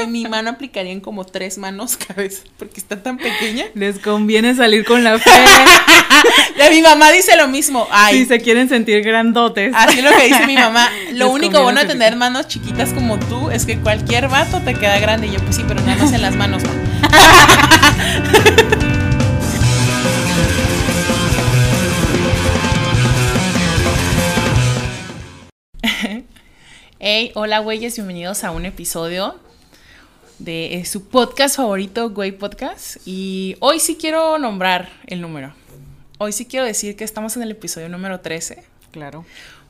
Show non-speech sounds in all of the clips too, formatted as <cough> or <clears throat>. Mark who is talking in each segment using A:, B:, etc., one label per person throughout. A: en mi mano aplicarían como tres manos cabeza, porque está tan <laughs> pequeña.
B: Les conviene salir con
C: <laughs>
B: la fe.
A: De mi mamá dice lo mismo. Ay,
B: Si se quieren sentir grandotes.
C: Ah.
A: Así es lo que dice mi mamá. Lo
B: <laughs> Les
A: único bueno de
B: conviene
A: tener manos chiquitas como tú es que cualquier vato te queda grande. Y yo, pues sí, pero nada más en las <laughs> manos. ma.
C: Hey, hola güeyes, bienvenidos a un episodio de eh, su podcast favorito, Güey Podcast. Y hoy sí quiero nombrar el número. Hoy sí quiero decir que estamos en el episodio número 13,
B: Claro.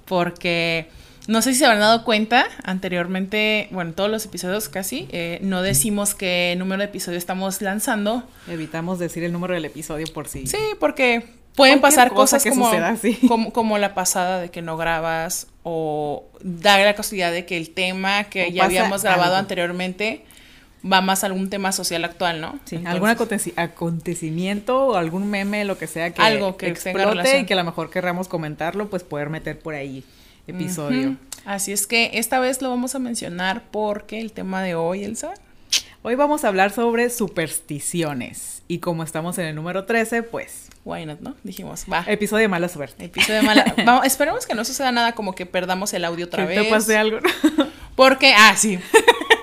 C: porque no sé si se habrán dado cuenta, anteriormente, bueno, en todos los episodios casi, eh, no decimos qué número de episodio estamos lanzando.
B: Evitamos decir el número del episodio por si.
C: Sí, porque pueden
B: Cualquier
C: pasar
B: cosa
C: cosas
B: que
C: como,
B: suceda, sí.
C: como, como la pasada de que no grabas o da la casualidad de que el tema que
B: O
C: ya
B: pasa
C: habíamos grabado
B: algo.
C: anteriormente va más a algún tema social actual, ¿no?
B: Sí,
C: Entonces,
B: algún aconteci- acontecimiento o algún meme, lo que sea que
C: Algo que tenga
B: explote
C: relación.
B: y que a lo mejor querramos comentarlo, pues poder meter por ahí episodio.
C: ujú. Así es que esta vez lo vamos a mencionar porque el tema de hoy, Elsa.
B: Hoy vamos a hablar sobre supersticiones y como estamos en el número 13, pues
C: Why not, ¿no? Dijimos, va.
B: episodio de mala suerte.
C: Episodio de
B: <laughs>
C: mala. Vamos, esperemos que no suceda nada como que perdamos el audio <laughs> otra
B: que
C: vez.
B: te pase algo, <laughs>
C: Porque, ah, sí,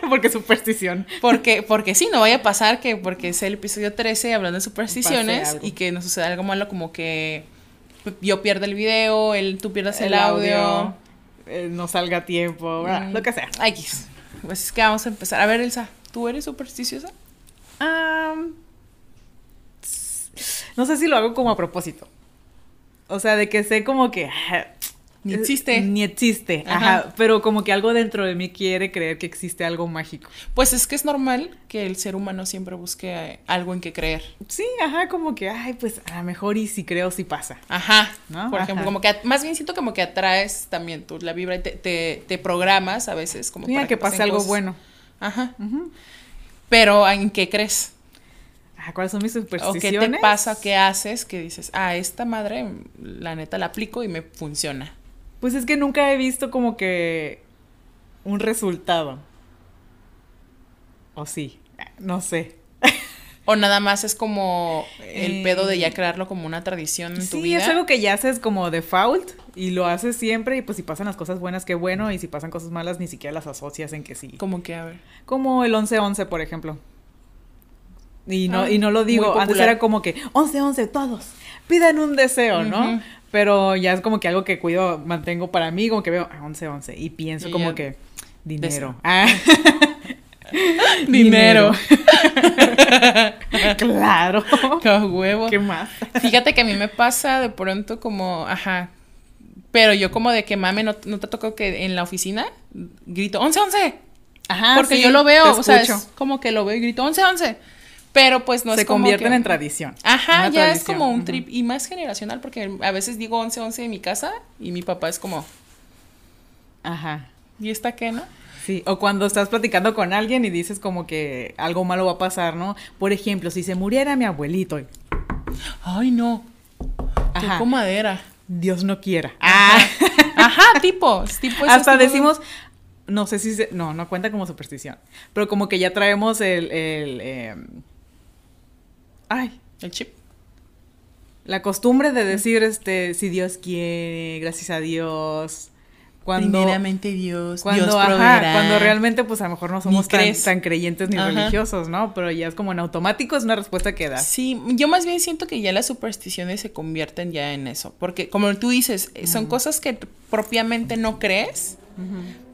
B: porque superstición.
C: Porque, porque sí, no vaya a pasar que porque es el episodio 13 hablando de supersticiones
B: Pase algo.
C: y que nos suceda algo malo como que yo pierda el video, él, tú pierdas el, audio.
B: eh, no salga a tiempo, bla,
C: Mm,
B: lo que sea.
C: X. Pues es que vamos a empezar. A ver, Elsa, ¿tú eres supersticiosa?
B: Am, s- no sé si lo hago como a propósito. O sea, de que sé como que... ajá,
C: Ni
B: eh,
C: existe.
B: Ni existe, ajá,
C: Ajá.
B: Pero como que algo dentro de mí quiere creer que existe algo mágico.
C: Pues es que es normal que el ser humano siempre busque eh, algo en que creer.
B: Sí, ajá, como que, ay, pues a lo mejor y si creo, si pasa.
C: Ajá.
B: ¿No?
C: Por ejemplo,
B: Ajá.
C: como que at- más bien siento como que atraes también tú la vibra y te, te, te programas a veces como
B: Mira,
C: para
B: que pase
C: pasen
B: algo
C: cosas.
B: bueno.
C: Ajá.
B: Ujú.
C: Pero ¿en qué crees?
B: Ajá, ¿Cuáles son mis
C: o qué
B: supersticiones?
C: te pasa, qué haces, que dices, ah, esta madre, la neta, la aplico y me funciona.
B: Pues es que nunca he visto como que un resultado. O sí, no sé.
C: O nada más es como el
B: Eh,
C: pedo de ya crearlo como una tradición en tu
B: Sí,
C: vida.
B: es algo que ya haces como default y lo haces siempre y pues si pasan las cosas buenas, qué bueno, y si pasan cosas malas, ni siquiera las asocias en que sí.
C: Como que, a ver.
B: Como el 11-11, por ejemplo. Y no,
C: Ah,
B: y no lo
C: muy
B: digo, antes
C: popular.
B: era como que 11-11, todos, pidan un deseo, ¿no?
C: Ujú.
B: <laughs> Pero ya es como que algo que cuido, mantengo para mí, como que veo ah, 11-11 y pienso
C: Y
B: como
C: ya,
B: que
C: deseo.
B: dinero. Ah. <laughs>
C: Dinero. <laughs>
B: claro.
C: ¡Qué huevo!
B: ¿Qué más?
C: Fíjate que a mí me pasa de pronto como, ajá. Pero yo como de que mame, no, no te tocó que en la oficina grito, ¡11, 11!
B: Ajá,
C: Porque
B: Ah, sí,
C: yo lo veo,
B: te
C: o sea, es
B: escucho.
C: como que lo veo y grito, ¡11, 11! Pero pues no
B: se
C: es como
B: convierten
C: que-
B: en tradición.
C: Ajá,
B: Una
C: ya es
B: tradición,
C: como un
B: ujú.
C: trip y más generacional porque a veces digo 11 11 en mi casa y mi papá es como,
B: Ajá.
C: ¿y esta qué, no?
B: Sí, o cuando estás platicando con alguien y dices como que algo malo va a pasar, ¿no? Por ejemplo, si se muriera mi abuelito,
C: Ay, no.
B: Ajá.
C: Tocó madera.
B: Dios no quiera.
C: Ah, Ajá, tipo, es tipo esos
B: Hasta
C: tipos de-
B: decimos, no sé si, se- no, no cuenta como superstición, pero como que ya traemos el, el, em, ay,
C: el chip.
B: la costumbre de decir, este, si Dios quiere, gracias a Dios, cuando...
C: Dios,
B: Cuando, ajá, cuando realmente, pues a lo mejor no somos tan,
C: crees.
B: tan creyentes ni
C: Ajá.
B: religiosos, ¿no? Pero ya es como en automático, es una respuesta que das.
C: Sí, yo más bien siento que ya las supersticiones se convierten ya en eso, porque como tú dices, eh, son cosas que t- propiamente no crees,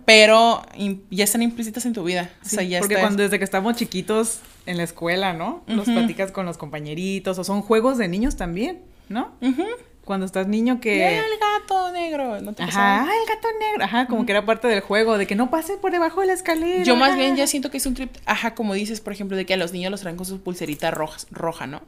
C: pero im- ya están implícitas en tu vida. O sea,
B: Sí,
C: ya
B: porque
C: estás-
B: cuando desde que estamos chiquitos en la escuela, ¿no? Los
C: Ujú.
B: platicas con los compañeritos, o son juegos de niños también, ¿no?
C: Ujú.
B: Cuando estás niño
C: Mira
B: que...
C: el gato negro, ¿no te
B: Ajá,
C: pasaba?
B: "Ay, el gato negro, ajá, como que era parte del juego, de que no pases por debajo de la escalera.
C: Yo más bien ya siento que es un trip, ajá, como dices, por ejemplo, de que a los niños los traen con sus pulseritas rojas, roja, ¿no?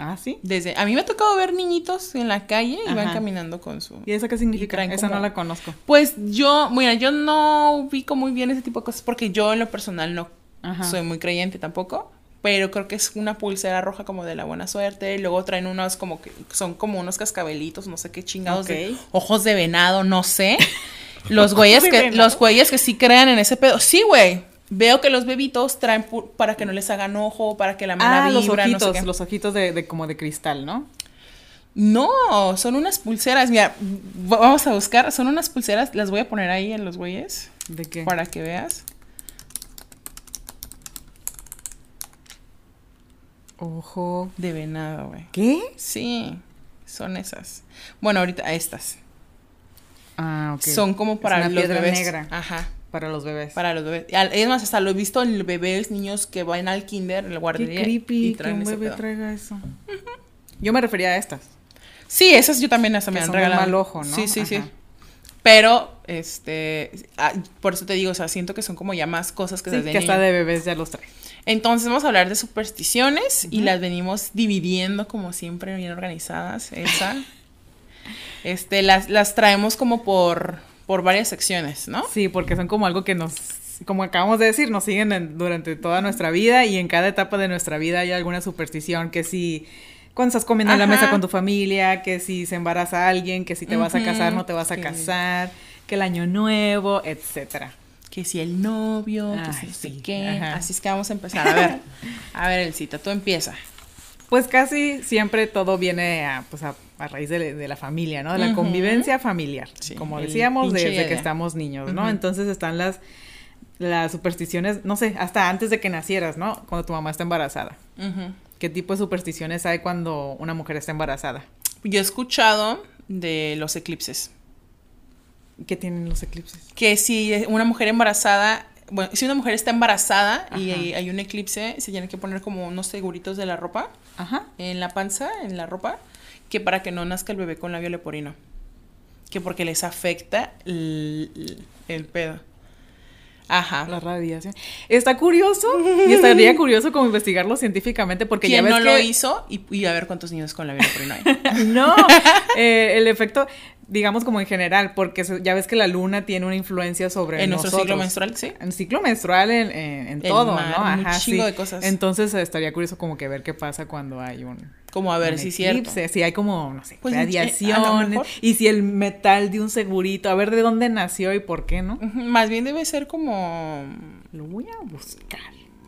B: Ah, ¿sí?
C: Desde, a mí me ha tocado ver niñitos en la calle y van
B: Ajá.
C: caminando con su...
B: ¿Y eso qué significa?
C: traen
B: Esa
C: como-
B: no la conozco.
C: Pues yo, mira, yo no ubico muy bien ese tipo de cosas porque yo en lo personal no
B: Ajá.
C: soy muy creyente tampoco, pero creo que es una pulsera roja como de la buena suerte, y luego traen unos como que son como unos cascabelitos, no sé qué chingados de
B: Ok.
C: ojos
B: <laughs>
C: de venado, no sé. Los güeyes
B: de
C: que
B: venado.
C: los güeyes que sí crean en ese pedo. Sí, güey. Veo que los bebitos traen pu- para que no les hagan ojo, para que la mano
B: Ah, los
C: vibra, no sé
B: ojitos,
C: qué.
B: los ojitos de, de- como de cristal, ¿no?
C: No, son unas pulseras. Mira, va- vamos a buscar. Son unas pulseras. Las voy a poner ahí en los güeyes
B: ¿De qué?
C: para que veas.
B: Ojo.
C: De venado, güey.
B: ¿Qué?
C: Sí, son esas. Bueno, ahorita estas.
B: Ah, ok.
C: Son como
B: Es
C: para
B: una
C: los
B: piedra
C: bebés.
B: negra.
C: Ajá.
B: para los bebés.
C: Para los bebés. Al- Es más, hasta lo he visto en bebés, niños que van al kinder, en la
B: Qué
C: guardería.
B: creepy que
C: traen
B: un
C: ese
B: bebé
C: pedo.
B: traiga eso. Yo me refería a estas.
C: Sí, esas yo también hasta me
B: Que
C: han
B: son de
C: regalado.
B: mal ojo, ¿no?
C: Sí, sí, sí.
B: Ajá.
C: Pero, este, ah, por eso te digo, o sea, siento que son como ya más cosas que
B: Sí,
C: desde
B: que hasta
C: niño.
B: de bebés ya los trae.
C: Entonces vamos a hablar de supersticiones y las venimos dividiendo como siempre bien organizadas, Elsa.
B: <laughs>
C: este, las, las traemos como por, por varias secciones, ¿no?
B: Sí, porque son como algo que nos, como acabamos de decir, nos siguen en- durante toda nuestra vida y en cada etapa de nuestra vida hay alguna superstición que si cuando estás comiendo en la
C: Ajá.
B: mesa con tu familia, que si se embaraza alguien, que si te vas a casar, no te vas a
C: Ujú, sí.
B: casar, que el año nuevo, etcétera.
C: Que si el novio, que si
B: Ay,
C: no sé
B: sí,
C: qué.
B: ajá.
C: Así es que vamos a empezar. A ver, a ver, Elcita, tú empieza.
B: Pues casi siempre todo viene a, pues a, a raíz de, de la familia, ¿no? De la
C: Ujú.
B: convivencia familiar,
C: Sí,
B: como
C: el
B: decíamos,
C: pinche
B: desde que
C: yaya.
B: estamos niños, ¿no?
C: Ujú.
B: Entonces están las, las supersticiones, no sé, hasta antes de que nacieras, ¿no? Cuando tu mamá está embarazada.
C: Ujú.
B: ¿Qué tipo de supersticiones hay cuando una mujer está embarazada?
C: Yo he escuchado de los eclipses.
B: ¿Qué tienen los eclipses?
C: que si una mujer embarazada, bueno, si una mujer está embarazada y
B: Ajá.
C: hay, hay un eclipse, se tienen que poner como unos seguritos de la ropa,
B: Ajá.
C: en la panza, en la ropa, que para que no nazca el bebé con labio leporino. Que porque les afecta el, el pedo.
B: La
C: Ajá.
B: radiación. Está curioso y estaría curioso como investigarlo científicamente porque ya
C: ¿Quién
B: ves
C: no
B: que...
C: lo hizo? Y, y a ver cuántos niños con labio leporino
B: <laughs>
C: hay. <laughs>
B: No, eh, el efecto, digamos como en general, porque se- ya ves que la luna tiene una influencia sobre
C: en nuestro
B: nosotros.
C: ciclo menstrual, sí.
B: En ciclo menstrual, en, en- en
C: El
B: todo,
C: mar,
B: ¿no?
C: un chingo de cosas.
B: Entonces estaría curioso como que ver qué pasa cuando hay un...
C: Como a ver
B: un
C: si es cierto.
B: eclipse, Si hay como, no sé,
C: Pues, eh, a lo
B: radiaciones.
C: mejor.
B: Y si el metal de un segurito, a ver de dónde nació y por qué, ¿no?
C: Ujú, Más bien debe ser como
B: Lo voy a buscar.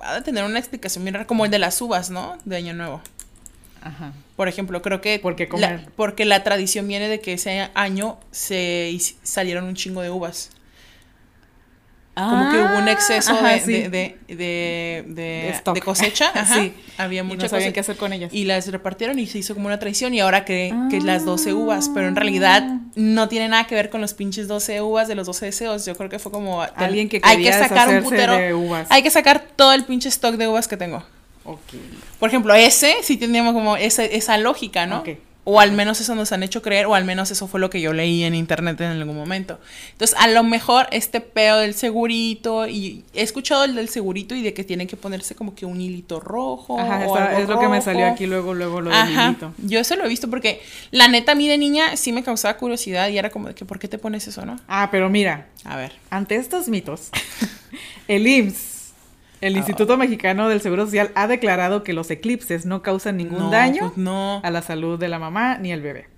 C: va a tener una explicación bien rara, como el de las uvas, ¿no? De Año Nuevo.
B: Ajá.
C: Por ejemplo, creo que...
B: ¿Por qué comer?
C: la, porque la tradición viene de que ese año se hic- salieron un chingo de uvas. Como que hubo un exceso
B: Ah, Ajá,
C: de,
B: sí.
C: de, de- de- de-
B: stock.
C: de
B: <laughs>
C: cosecha. Ajá.
B: Sí.
C: Había
B: Y
C: mucha
B: no sabían
C: cosecha.
B: qué hacer con ellas.
C: Y las repartieron y se hizo como una traición y ahora cree que es las 12 uvas, pero en realidad
B: Ah.
C: no tiene nada que ver con los pinches 12 uvas de los 12 deseos. Yo creo que fue como
B: Alguien que
C: hay que
B: quería
C: sacar un
B: deshacerse
C: putero,
B: de uvas.
C: hay que sacar todo el pinche stock de uvas que tengo.
B: Ok.
C: Por ejemplo, ese sí tenemos como esa, esa lógica, ¿no?
B: Ok.
C: O al menos eso nos han hecho creer, o al menos eso fue lo que yo leí en internet en algún momento. Entonces, a lo mejor este peo del segurito, y he escuchado el del segurito y de que tienen que ponerse como que un hilito rojo.
B: Ajá,
C: o
B: está-
C: algo
B: es lo que me salió
C: rojo.
B: aquí luego, luego lo del
C: Ajá,
B: hilito.
C: yo eso lo he visto porque la neta a mí de niña sí me causaba curiosidad y era como de que ¿por qué te pones eso, no?
B: Ah, pero mira,
C: A ver.
B: ante estos mitos, <laughs> el IMSS, el
C: Ah.
B: Instituto Mexicano del Seguro Social, ha declarado que los eclipses no causan ningún
C: No,
B: daño
C: pues no.
B: a la salud de la mamá ni al bebé.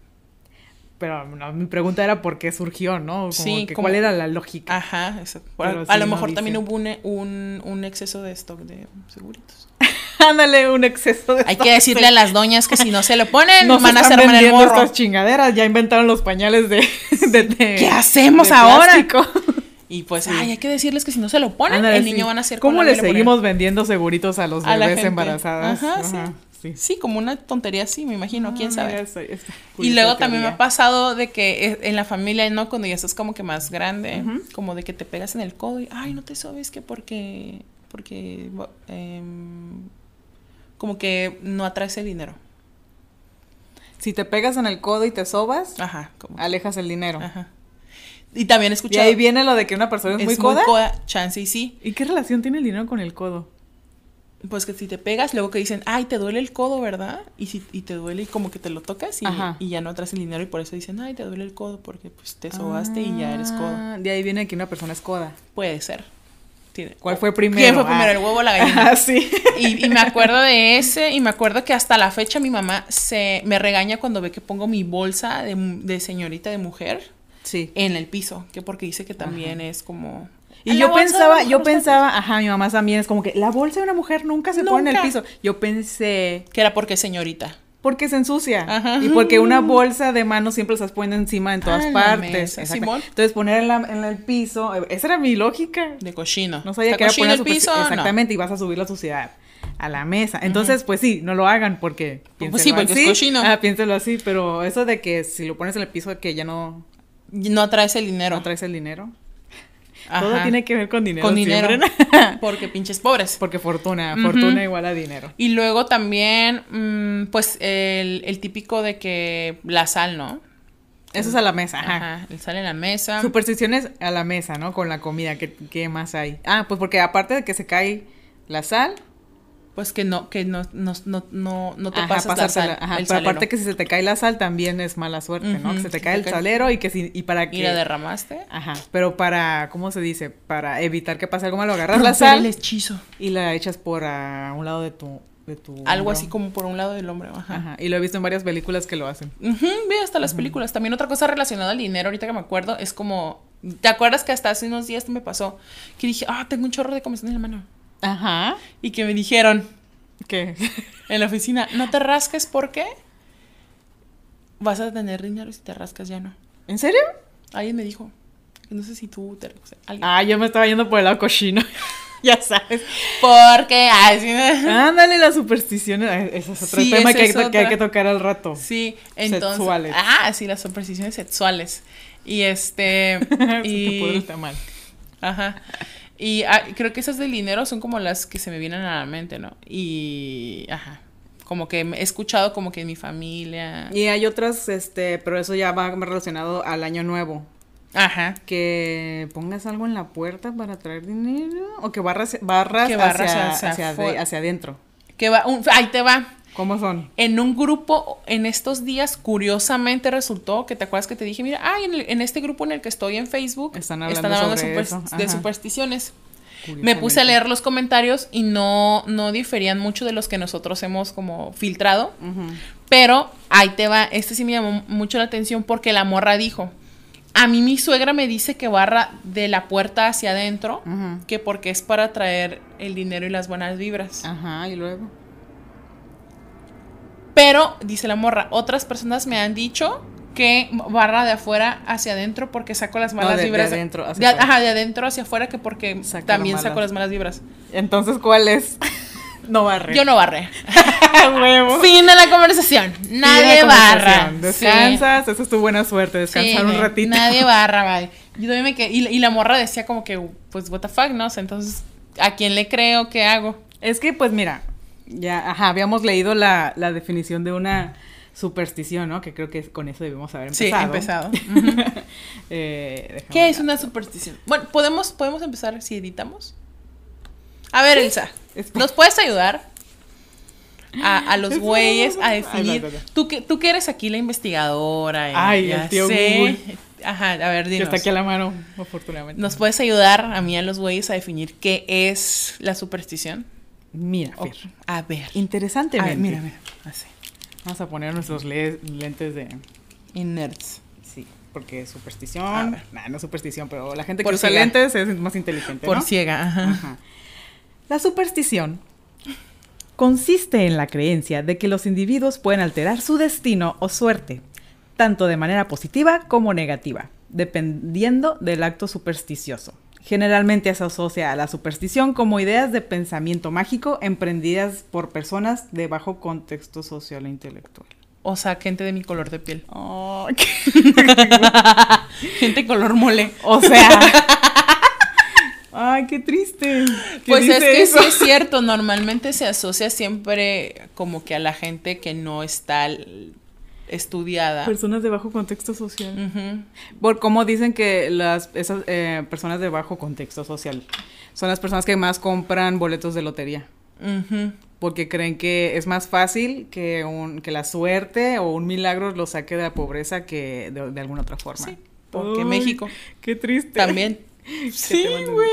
B: Pero no, mi pregunta era por qué surgió, ¿no? Como
C: Sí,
B: que,
C: como-
B: ¿Cuál era la lógica?
C: Ajá, exacto.
B: Pero
C: a
B: sí,
C: lo
B: no
C: mejor también
B: dice.
C: hubo un, un- un exceso de stock de seguritos.
B: <laughs> Ándale, un exceso de...
C: Hay que decirle a las doñas que si no se lo ponen,
B: no
C: van a
B: están
C: hacer mal el
B: vendiendo
C: morro.
B: estas chingaderas, ya inventaron los pañales de... <laughs> de- de-
C: ¿Qué hacemos
B: de
C: ahora?
B: plástico.
C: Y pues, ay, hay que decirles que si no se lo ponen,
B: Ándale,
C: el
B: sí.
C: niño van a hacer
B: ¿Cómo
C: con
B: le
C: labio leporino.
B: seguimos vendiendo seguritos a los
C: A la
B: bebés
C: gente.
B: embarazadas?
C: Ajá, sí. Sí, como una tontería así, me imagino, quién
B: Ah,
C: sabe.
B: mira, esa- esa
C: Y luego
B: curiosa
C: también me ha
B: teoría.
C: pasado de que eh, en la familia, ¿no? Cuando ya estás como que más grande,
B: Ujú.
C: como de que te pegas en el codo y, ay, no te sobes que porque, porque, bo- em, como que no atraes el dinero.
B: Si te pegas en el codo y te sobas,
C: Ajá, como que-
B: alejas el dinero.
C: ajá. Y también he
B: Y
C: escuchado.
B: ahí viene lo de que una persona es, muy coda.
C: chance y sí.
B: ¿Y qué relación tiene el dinero con el codo?
C: Pues que si te pegas, luego que dicen, ay, te duele el codo, ¿verdad? Y si y te duele y como que te lo tocas y,
B: Ajá.
C: y ya no traes el dinero y por eso dicen, ay, te duele el codo porque pues te sobaste y ya eres codo.
B: Ah, De ahí viene que una persona es coda.
C: Puede ser. Tiene-
B: ¿Cuál
C: o-
B: fue primero?
C: Oh, ¿Quién fue
B: Ah.
C: primero, el huevo o la
B: <laughs> Ah,
C: gallina?
B: sí.
C: Y, y me acuerdo de ese y me acuerdo que hasta la fecha mi mamá se me regaña cuando ve que pongo mi bolsa de, mu- de señorita de mujer
B: Sí.
C: Eh, en el piso, que porque dice que también es como...
B: Y
C: La
B: yo
C: bolsa de
B: pensaba,
C: una
B: yo
C: mujer.
B: pensaba, ajá, mi mamá también es como que la bolsa de una mujer nunca se pone en el
C: Nunca.
B: piso. Yo pensé,
C: Que era porque señorita.
B: porque se ensucia.
C: Ajá.
B: Y porque una bolsa de mano siempre las ponen encima en todas
C: Ah, en la
B: partes.
C: mesa,
B: Exacto.
C: Simón.
B: Entonces ponerla en el piso, eh, esa era mi lógica.
C: De cochino.
B: No sabía
C: Está
B: que era pues,
C: cochino
B: poner
C: el
B: su-
C: piso. No.
B: Exactamente, y vas a subir la suciedad a la mesa. Entonces, pues sí, no lo hagan porque piénselo
C: Pues sí, porque es
B: así.
C: cochino.
B: Ah, piénselo así, pero eso de que si lo pones en el piso que ya no,
C: No traes el dinero.
B: no traes el dinero.
C: Ah. Ajá.
B: Todo tiene que ver con dinero.
C: con dinero.
B: siempre,
C: <laughs>
B: ¿no? <laughs>
C: porque pinches pobres.
B: Porque fortuna,
C: Ujú.
B: fortuna igual a dinero.
C: Y luego también, mm, pues, el, el típico de que la sal, ¿no?
B: Eso es a la mesa, ajá.
C: Ajá. El sal en la mesa.
B: Supersticiones a la mesa, ¿no? Con la comida, ¿qué, qué más hay? Ah, pues porque aparte de que se cae la sal,
C: Pues que no, que no, no, no, no, no te
B: ajá,
C: pasas la
B: pasársela,
C: sal.
B: ajá,
C: el
B: pero
C: salero.
B: aparte que si se te cae la sal también es mala suerte, ¿no?
C: Ujú,
B: Que se te
C: se
B: cae
C: te
B: el
C: cae.
B: salero y que si, y para
C: ¿Y la
B: que...
C: derramaste?
B: Ajá, pero para, ¿cómo se dice? Para evitar que pase algo malo, agarras
C: Romper
B: la sal
C: el hechizo.
B: y la echas por a un lado de tu... De tu
C: Algo
B: hombro.
C: así como por un lado del hombre, ajá.
B: Ajá, y lo he visto en varias películas que lo hacen.
C: Ujú, ve hasta las películas. También otra cosa relacionada al dinero, ahorita que me acuerdo, es como. ¿Te acuerdas que hasta hace unos días me pasó que dije, ah, tengo un chorro de comisión en la mano?
B: Ajá.
C: Y que me dijeron
B: ¿Qué?
C: en la oficina, no te rasques porque vas a tener dinero y si te rascas ya no.
B: ¿En serio?
C: Alguien me dijo, no sé si tú te rascas. alguien.
B: Ah, yo me estaba yendo por el lado cochino. <laughs> ya sabes.
C: Porque. ay, sí,
B: <laughs> Ándale, las supersticiones. ah, Ese es otro
C: Sí,
B: tema
C: esa
B: que hay,
C: es
B: to- que hay
C: otra.
B: que tocar al rato. <laughs>
C: Sí, entonces.
B: Sexuales.
C: Ah, sí, las supersticiones sexuales. Y
B: <laughs>
C: este.
B: y...
C: y, ajá. Y ah, creo que esas del dinero son como las que se me vienen a la mente, ¿no? Y. Ajá. Como que he escuchado como que en mi familia.
B: Y hay otras, este, pero eso ya va más relacionado al año nuevo.
C: Ajá.
B: Que pongas algo en la puerta para traer dinero. O que barras, barras,
C: Que barras
B: hacia,
C: hacia
B: hacia
C: afuera.
B: ade- hacia adentro.
C: Que va. un- ahí te va.
B: ¿Cómo son?
C: En un grupo, en estos días, curiosamente resultó que te acuerdas que te dije, mira, ay, en, el- en este grupo en el que estoy en Facebook,
B: Están hablando sobre
C: de,
B: eso,
C: de
B: ajá.
C: supersticiones. Me puse a
B: Curiosamente.
C: leer los comentarios y no, no diferían mucho de los que nosotros hemos como filtrado.
B: Ujú.
C: Pero ahí te va, este sí me llamó mucho la atención porque la morra dijo, a mí mi suegra me dice que barra de la puerta hacia adentro,
B: Ujú.
C: que porque es para traer el dinero y las buenas vibras.
B: Ajá, y luego.
C: Pero, dice la morra, otras personas me han dicho que barra de afuera hacia adentro porque saco las malas
B: de- de
C: vibras.
B: adentro hacia
C: de-
B: afuera.
C: ajá, de adentro hacia afuera que porque
B: Saco
C: también
B: las
C: saco
B: malas.
C: las malas vibras.
B: Entonces, ¿cuál es? <laughs> no barre. <laughs>
C: Yo no barré.
B: Huevo.
C: Fin de la conversación. Nadie
B: Fin de la
C: barra.
B: conversación.
C: Sí.
B: Descansas, esa es tu buena suerte, descansar
C: Sí,
B: un
C: güey.
B: ratito. <laughs>
C: Nadie barra, bye. Yo también me quedé- Y, la- y la morra decía como que, pues, what the fuck, ¿no? O sea, entonces, ¿a quién le creo? ¿Qué hago?
B: Es que, pues mira, ya, ajá, habíamos leído la, la definición de una superstición, ¿no? Que creo que con eso debemos haber
C: Sí,
B: empezado.
C: he empezado. <laughs> Ujú.
B: <laughs> Eh, déjame
C: ¿Qué es
B: ver.
C: una superstición? Bueno, ¿podemos, podemos empezar si editamos. A ver, Elsa,
B: Espera.
C: ¿nos puedes ayudar a, a los güeyes a
B: Ay, no,
C: definir?
B: no, no.
C: Tú que, tú que eres aquí la investigadora. eh,
B: Ay, el tío Google.
C: Ajá, a ver,
B: Que
C: dinos.
B: está aquí a la mano, afortunadamente.
C: ¿Nos puedes ayudar a mí, a los güeyes, a definir qué es la superstición?
B: Mira,
C: O-
B: Fer,
C: a ver. A
B: interesantemente.
C: ver, mira, Ah, mira. Así.
B: Vamos a poner nuestros le- lentes de.
C: Y nerds.
B: Sí, porque
C: A
B: superstición.
C: ver.
B: Nah, no es superstición, pero la gente que
C: Por
B: usa
C: si ya.
B: lentes es más inteligente.
C: Por
B: ¿no?
C: ciega, ajá.
B: Ajá. La superstición consiste en la creencia de que los individuos pueden alterar su destino o suerte, tanto de manera positiva como negativa, dependiendo del acto supersticioso. Generalmente se asocia a la superstición como ideas de pensamiento mágico emprendidas por personas de bajo contexto social e intelectual.
C: O sea, gente de mi color de piel. <laughs> Gente color mole. <laughs>
B: O sea. Ay, qué triste. ¿Qué
C: Pues es
B: dice
C: que
B: eso?
C: sí es cierto, normalmente se asocia siempre como que a la gente que no está l- estudiada.
B: Personas de bajo contexto social.
C: Ujú.
B: Por cómo dicen que las esas eh, personas de bajo contexto social son las personas que más compran boletos de lotería.
C: Ujú.
B: Porque creen que es más fácil que, un, que la suerte o un milagro los saque de la pobreza que de, de alguna otra forma.
C: Sí, porque
B: <laughs>
C: México.
B: Qué triste.
C: <laughs> También.
B: Sí, güey.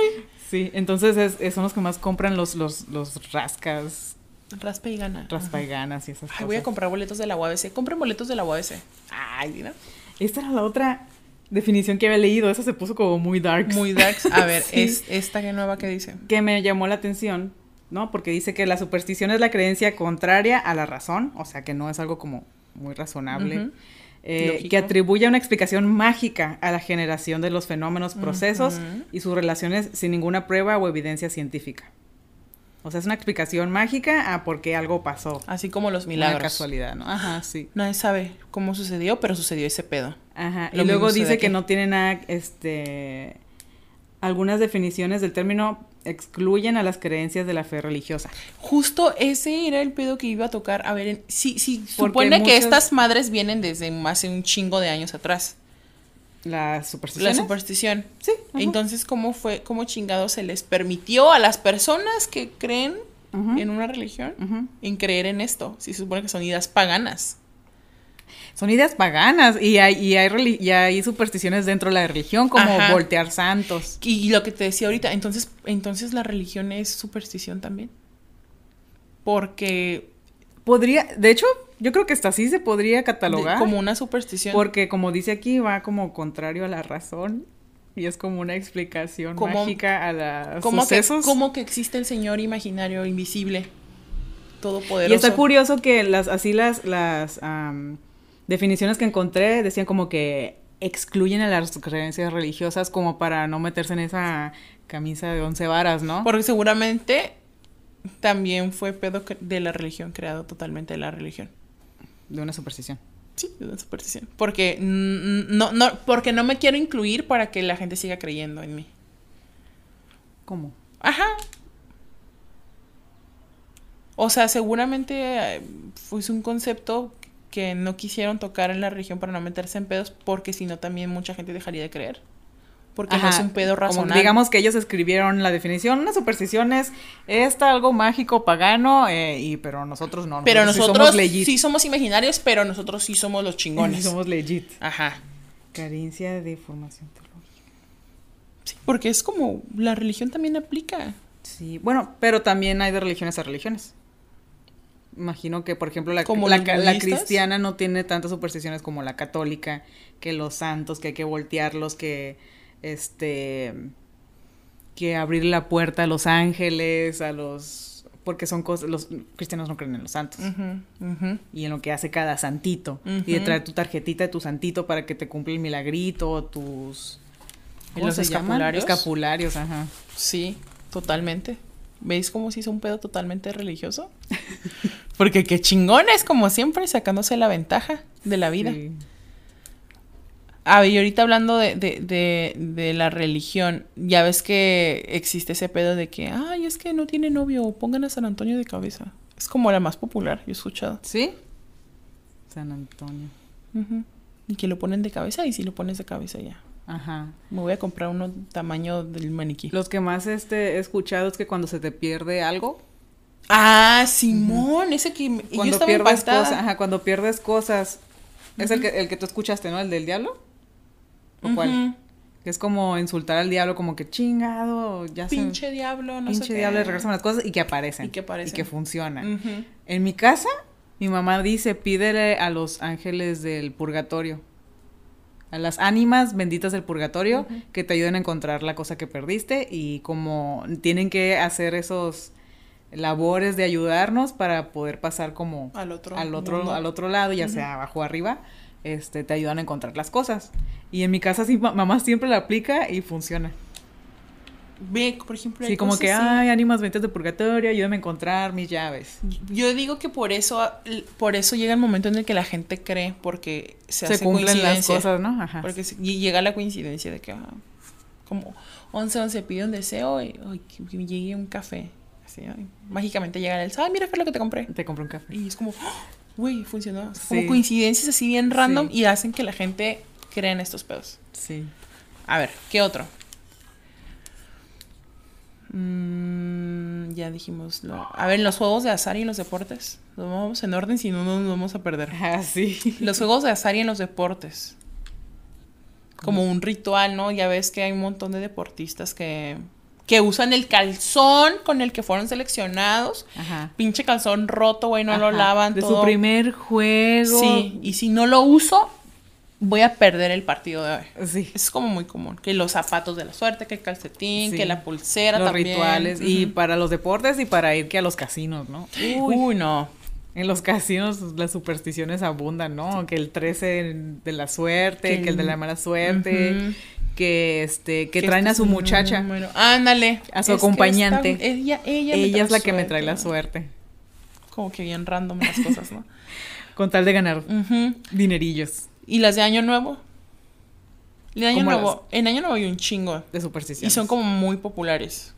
B: Sí, entonces es- es- son los que más compran los, los, los rascas,
C: Raspa y gana. Ajá.
B: raspaiganas y esas
C: Ay,
B: cosas.
C: voy a comprar boletos de la UABC. Compren boletos de la UABC. Ay, Dina.
B: Esta era la otra. definición que había leído, esa se puso como muy dark.
C: Muy darks. A ver,
B: <laughs> Sí.
C: es esta que nueva que dice.
B: que me llamó la atención, ¿no? Porque dice que la superstición es la creencia contraria a la razón, o sea, que no es algo como muy razonable,
C: Ujú.
B: eh,
C: Lógico.
B: que atribuye una explicación mágica a la generación de los fenómenos, procesos
C: Ujú.
B: y sus relaciones sin ninguna prueba o evidencia científica. O sea, es una explicación mágica a por qué algo pasó.
C: Así como los
B: Una
C: Ah, milagros.
B: casualidad, ¿no? Ajá, sí.
C: Nadie sabe cómo sucedió, pero sucedió ese pedo.
B: Ajá.
C: Lo
B: y luego
C: mismo se ve
B: dice que
C: aquí.
B: no tiene nada, este, algunas definiciones del término excluyen a las creencias de la fe religiosa.
C: Justo ese era el pedo que iba a tocar. A ver, en- sí, sí,
B: Porque
C: supone que
B: muchas-
C: estas madres vienen desde hace un chingo de años atrás.
B: La
C: La
B: superstición.
C: superstición.
B: Sí. ajá.
C: Entonces, ¿cómo fue, cómo chingado se les permitió a las personas que creen
B: Ujú,
C: en una religión
B: ujú.
C: en creer en esto? Si se supone que son ideas paganas.
B: Son ideas paganas y hay, y, hay reli- y hay supersticiones dentro de la religión como
C: Ajá.
B: voltear santos.
C: Y y lo que te decía ahorita, entonces, entonces la religión es superstición también. Porque
B: Podría, de hecho, yo creo que hasta así se podría
C: de-
B: catalogar.
C: como una superstición,
B: porque como dice aquí, va como contrario a la razón y es como una explicación
C: Como-
B: mágica a la
C: como que,
B: sucesos.
C: como que existe el señor imaginario, invisible, todopoderoso.
B: Y está curioso que las, así las, las am, definiciones que encontré decían como que excluyen a las creencias religiosas como para no meterse en esa camisa de once varas, ¿no?
C: Porque seguramente también fue pedo cre- de la religión, creado totalmente de la religión.
B: De una superstición.
C: Sí, de la superstición. Porque mm, mm, no, no, porque no me quiero incluir para que la gente siga creyendo en mí.
B: ¿Cómo?
C: Ajá. O sea, seguramente eh, fue un concepto que no quisieron tocar en la religión para no meterse en pedos, porque si no también mucha gente dejaría de creer. Porque no es un pedo razonable.
B: digamos que ellos escribieron la definición, una superstición es esta algo mágico, pagano, eh, y pero nosotros no.
C: pero
B: sí
C: nosotros
B: somos legit.
C: sí somos imaginarios, pero nosotros sí somos los <laughs> chingones.
B: Sí <laughs> somos legit.
C: Ajá.
B: Carencia de formación teológica.
C: Sí, porque es como la religión también aplica.
B: Sí, bueno, pero también hay de religiones a religiones. Imagino que, por ejemplo, la,
C: ¿Como
B: la,
C: los
B: ca- la
C: budistas?
B: cristiana no tiene tantas supersticiones como la católica, que los santos, que hay que voltearlos, que este que abrir la puerta a los ángeles, a los porque son cosas los cristianos no creen en los santos
C: Ujú, ujú.
B: y en lo que hace cada santito y de
C: Mm. Ujú.
B: traer tu tarjetita de tu santito para que te cumpla el milagrito, tus
C: ¿Y los
B: llaman?
C: escapularios?
B: Escapularios, ajá.
C: Sí, totalmente. ¿Veis cómo se hizo un pedo totalmente religioso? <laughs> Porque qué chingones, como siempre, sacándose la ventaja de la vida.
B: Sí.
C: Ah, y ahorita hablando de, de- de- de la religión, ya ves que existe ese pedo de que, ay, es que no tiene novio, pongan a San Antonio de cabeza. Es como la más popular, yo he escuchado.
B: ¿Sí? San Antonio.
C: Ujú. Y que lo ponen de cabeza y si lo pones de cabeza ya.
B: Ajá.
C: Me voy a comprar uno tamaño del maniquí.
B: Los que más este, he escuchado es que cuando se te pierde algo,
C: Ah, Simón, ese que me- yo
B: cuando
C: estaba
B: pierdes
C: impactada.
B: cosas, ajá, cuando pierdes cosas, es el, que, el que tú escuchaste, ¿no? El del diablo. ¿O cuál?
C: Ujú.
B: Que es como insultar al diablo, como que chingado, ya se-
C: Pinche diablo, no sé
B: pinche
C: qué.
B: diablo, y regresan las cosas y que aparecen.
C: Y que aparecen.
B: Y que funcionan.
C: Ujú.
B: En mi casa, mi mamá dice, pídele a los ángeles del purgatorio, a las ánimas benditas del purgatorio, que te ayuden a encontrar la cosa que perdiste y como tienen que hacer esos labores de ayudarnos para poder pasar como
C: Al otro.
B: al otro,
C: mundo.
B: al otro lado, ya sea abajo o arriba, este, te ayudan a encontrar las cosas. Y en mi casa sí, ma- mamá siempre la aplica y funciona.
C: Ve, por ejemplo. hay
B: Sí, como
C: cosas
B: que,
C: así.
B: ay, ánimas benditas del purgatorio, ayúdame a encontrar mis llaves.
C: Yo digo que por eso, por eso llega el momento en el que la gente cree, porque se,
B: Se,
C: hace
B: cumplen las
C: coincidencia.
B: cosas, ¿no? Ajá.
C: Porque se- y llega la coincidencia de que, ah, como 11-11 pide un deseo y ay, que me llegue un café. Así, ay, mágicamente llega el, ay, mira, fue lo que te compré.
B: Te compré un café.
C: Y es como, ¡ah! güey, funcionó. Es Como
B: Sí.
C: coincidencias así bien random
B: Sí.
C: y hacen que la gente crea en estos pedos.
B: Sí.
C: A ver, ¿qué otro? Mm, ya dijimos. lo- A ver, los juegos de azar y en los deportes. Nos vamos en orden, si no, no nos vamos a perder.
B: <laughs> Ah, sí.
C: Los juegos de azar y en los deportes. Como un ritual, ¿no? Ya ves que hay un montón de deportistas que, que usan el calzón con el que fueron seleccionados.
B: Ajá.
C: Pinche calzón roto, güey, no lo
B: Ajá.
C: lavan.
B: De
C: todo.
B: su primer juego.
C: Sí, y si no lo uso, voy a perder el partido de hoy.
B: Sí.
C: Es como muy común. Que los zapatos de la suerte, que el calcetín,
B: Sí.
C: que la pulsera
B: los
C: también.
B: rituales y
C: Ujú.
B: para los deportes y para ir que a los casinos, ¿no?
C: Uy, no.
B: En los casinos las supersticiones abundan, ¿no? Que el 13 de la suerte,
C: Que
B: que el de la mala suerte,
C: Ujú.
B: que este que
C: Que
B: traen
C: este
B: a
C: es
B: su
C: un
B: muchacha.
C: número. Ándale.
B: A su
C: Es que
B: acompañante.
C: esta- ella ella, me
B: Ella
C: trae
B: es la que me trae la suerte,
C: Como que bien random las cosas, ¿no? <laughs>
B: con tal de ganar
C: Ujú.
B: dinerillos
C: Y las de Año Nuevo. Y de Año
B: ¿Cómo
C: Nuevo. En Año Nuevo hay un chingo.
B: de
C: Y
B: supersticiones.
C: son como muy populares.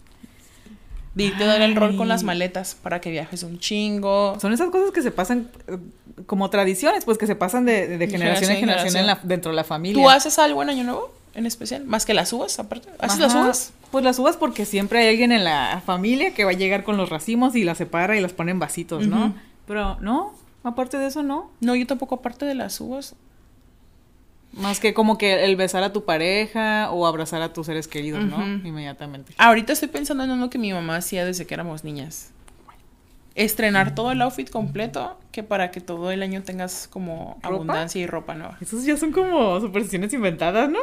C: De irte a dar el rol con las
B: Ay.
C: maletas para que viajes un chingo.
B: Son esas cosas que se pasan eh, como tradiciones, pues que se pasan de, de- de
C: De
B: generación en
C: generación en
B: generación en la-
C: generación.
B: dentro de la familia.
C: ¿Tú haces algo en Año Nuevo? En especial. Más que las uvas, aparte. ¿Haces las
B: Ajá.
C: uvas?
B: Pues las uvas porque siempre hay alguien en la familia que va a llegar con los racimos y las separa y las pone en vasitos, ¿no?
C: Ujú.
B: Pero no, aparte de eso no.
C: No, yo tampoco, aparte de las uvas.
B: Más que como que el besar a tu pareja o abrazar a tus seres queridos, ¿no?
C: Ujú.
B: Inmediatamente.
C: Ahorita estoy pensando en uno que mi mamá hacía desde que éramos niñas. Estrenar todo el outfit completo, que para que todo el año tengas como
B: ¿Ropa?
C: abundancia y ropa nueva.
B: Esas ya son como supersticiones inventadas, ¿no?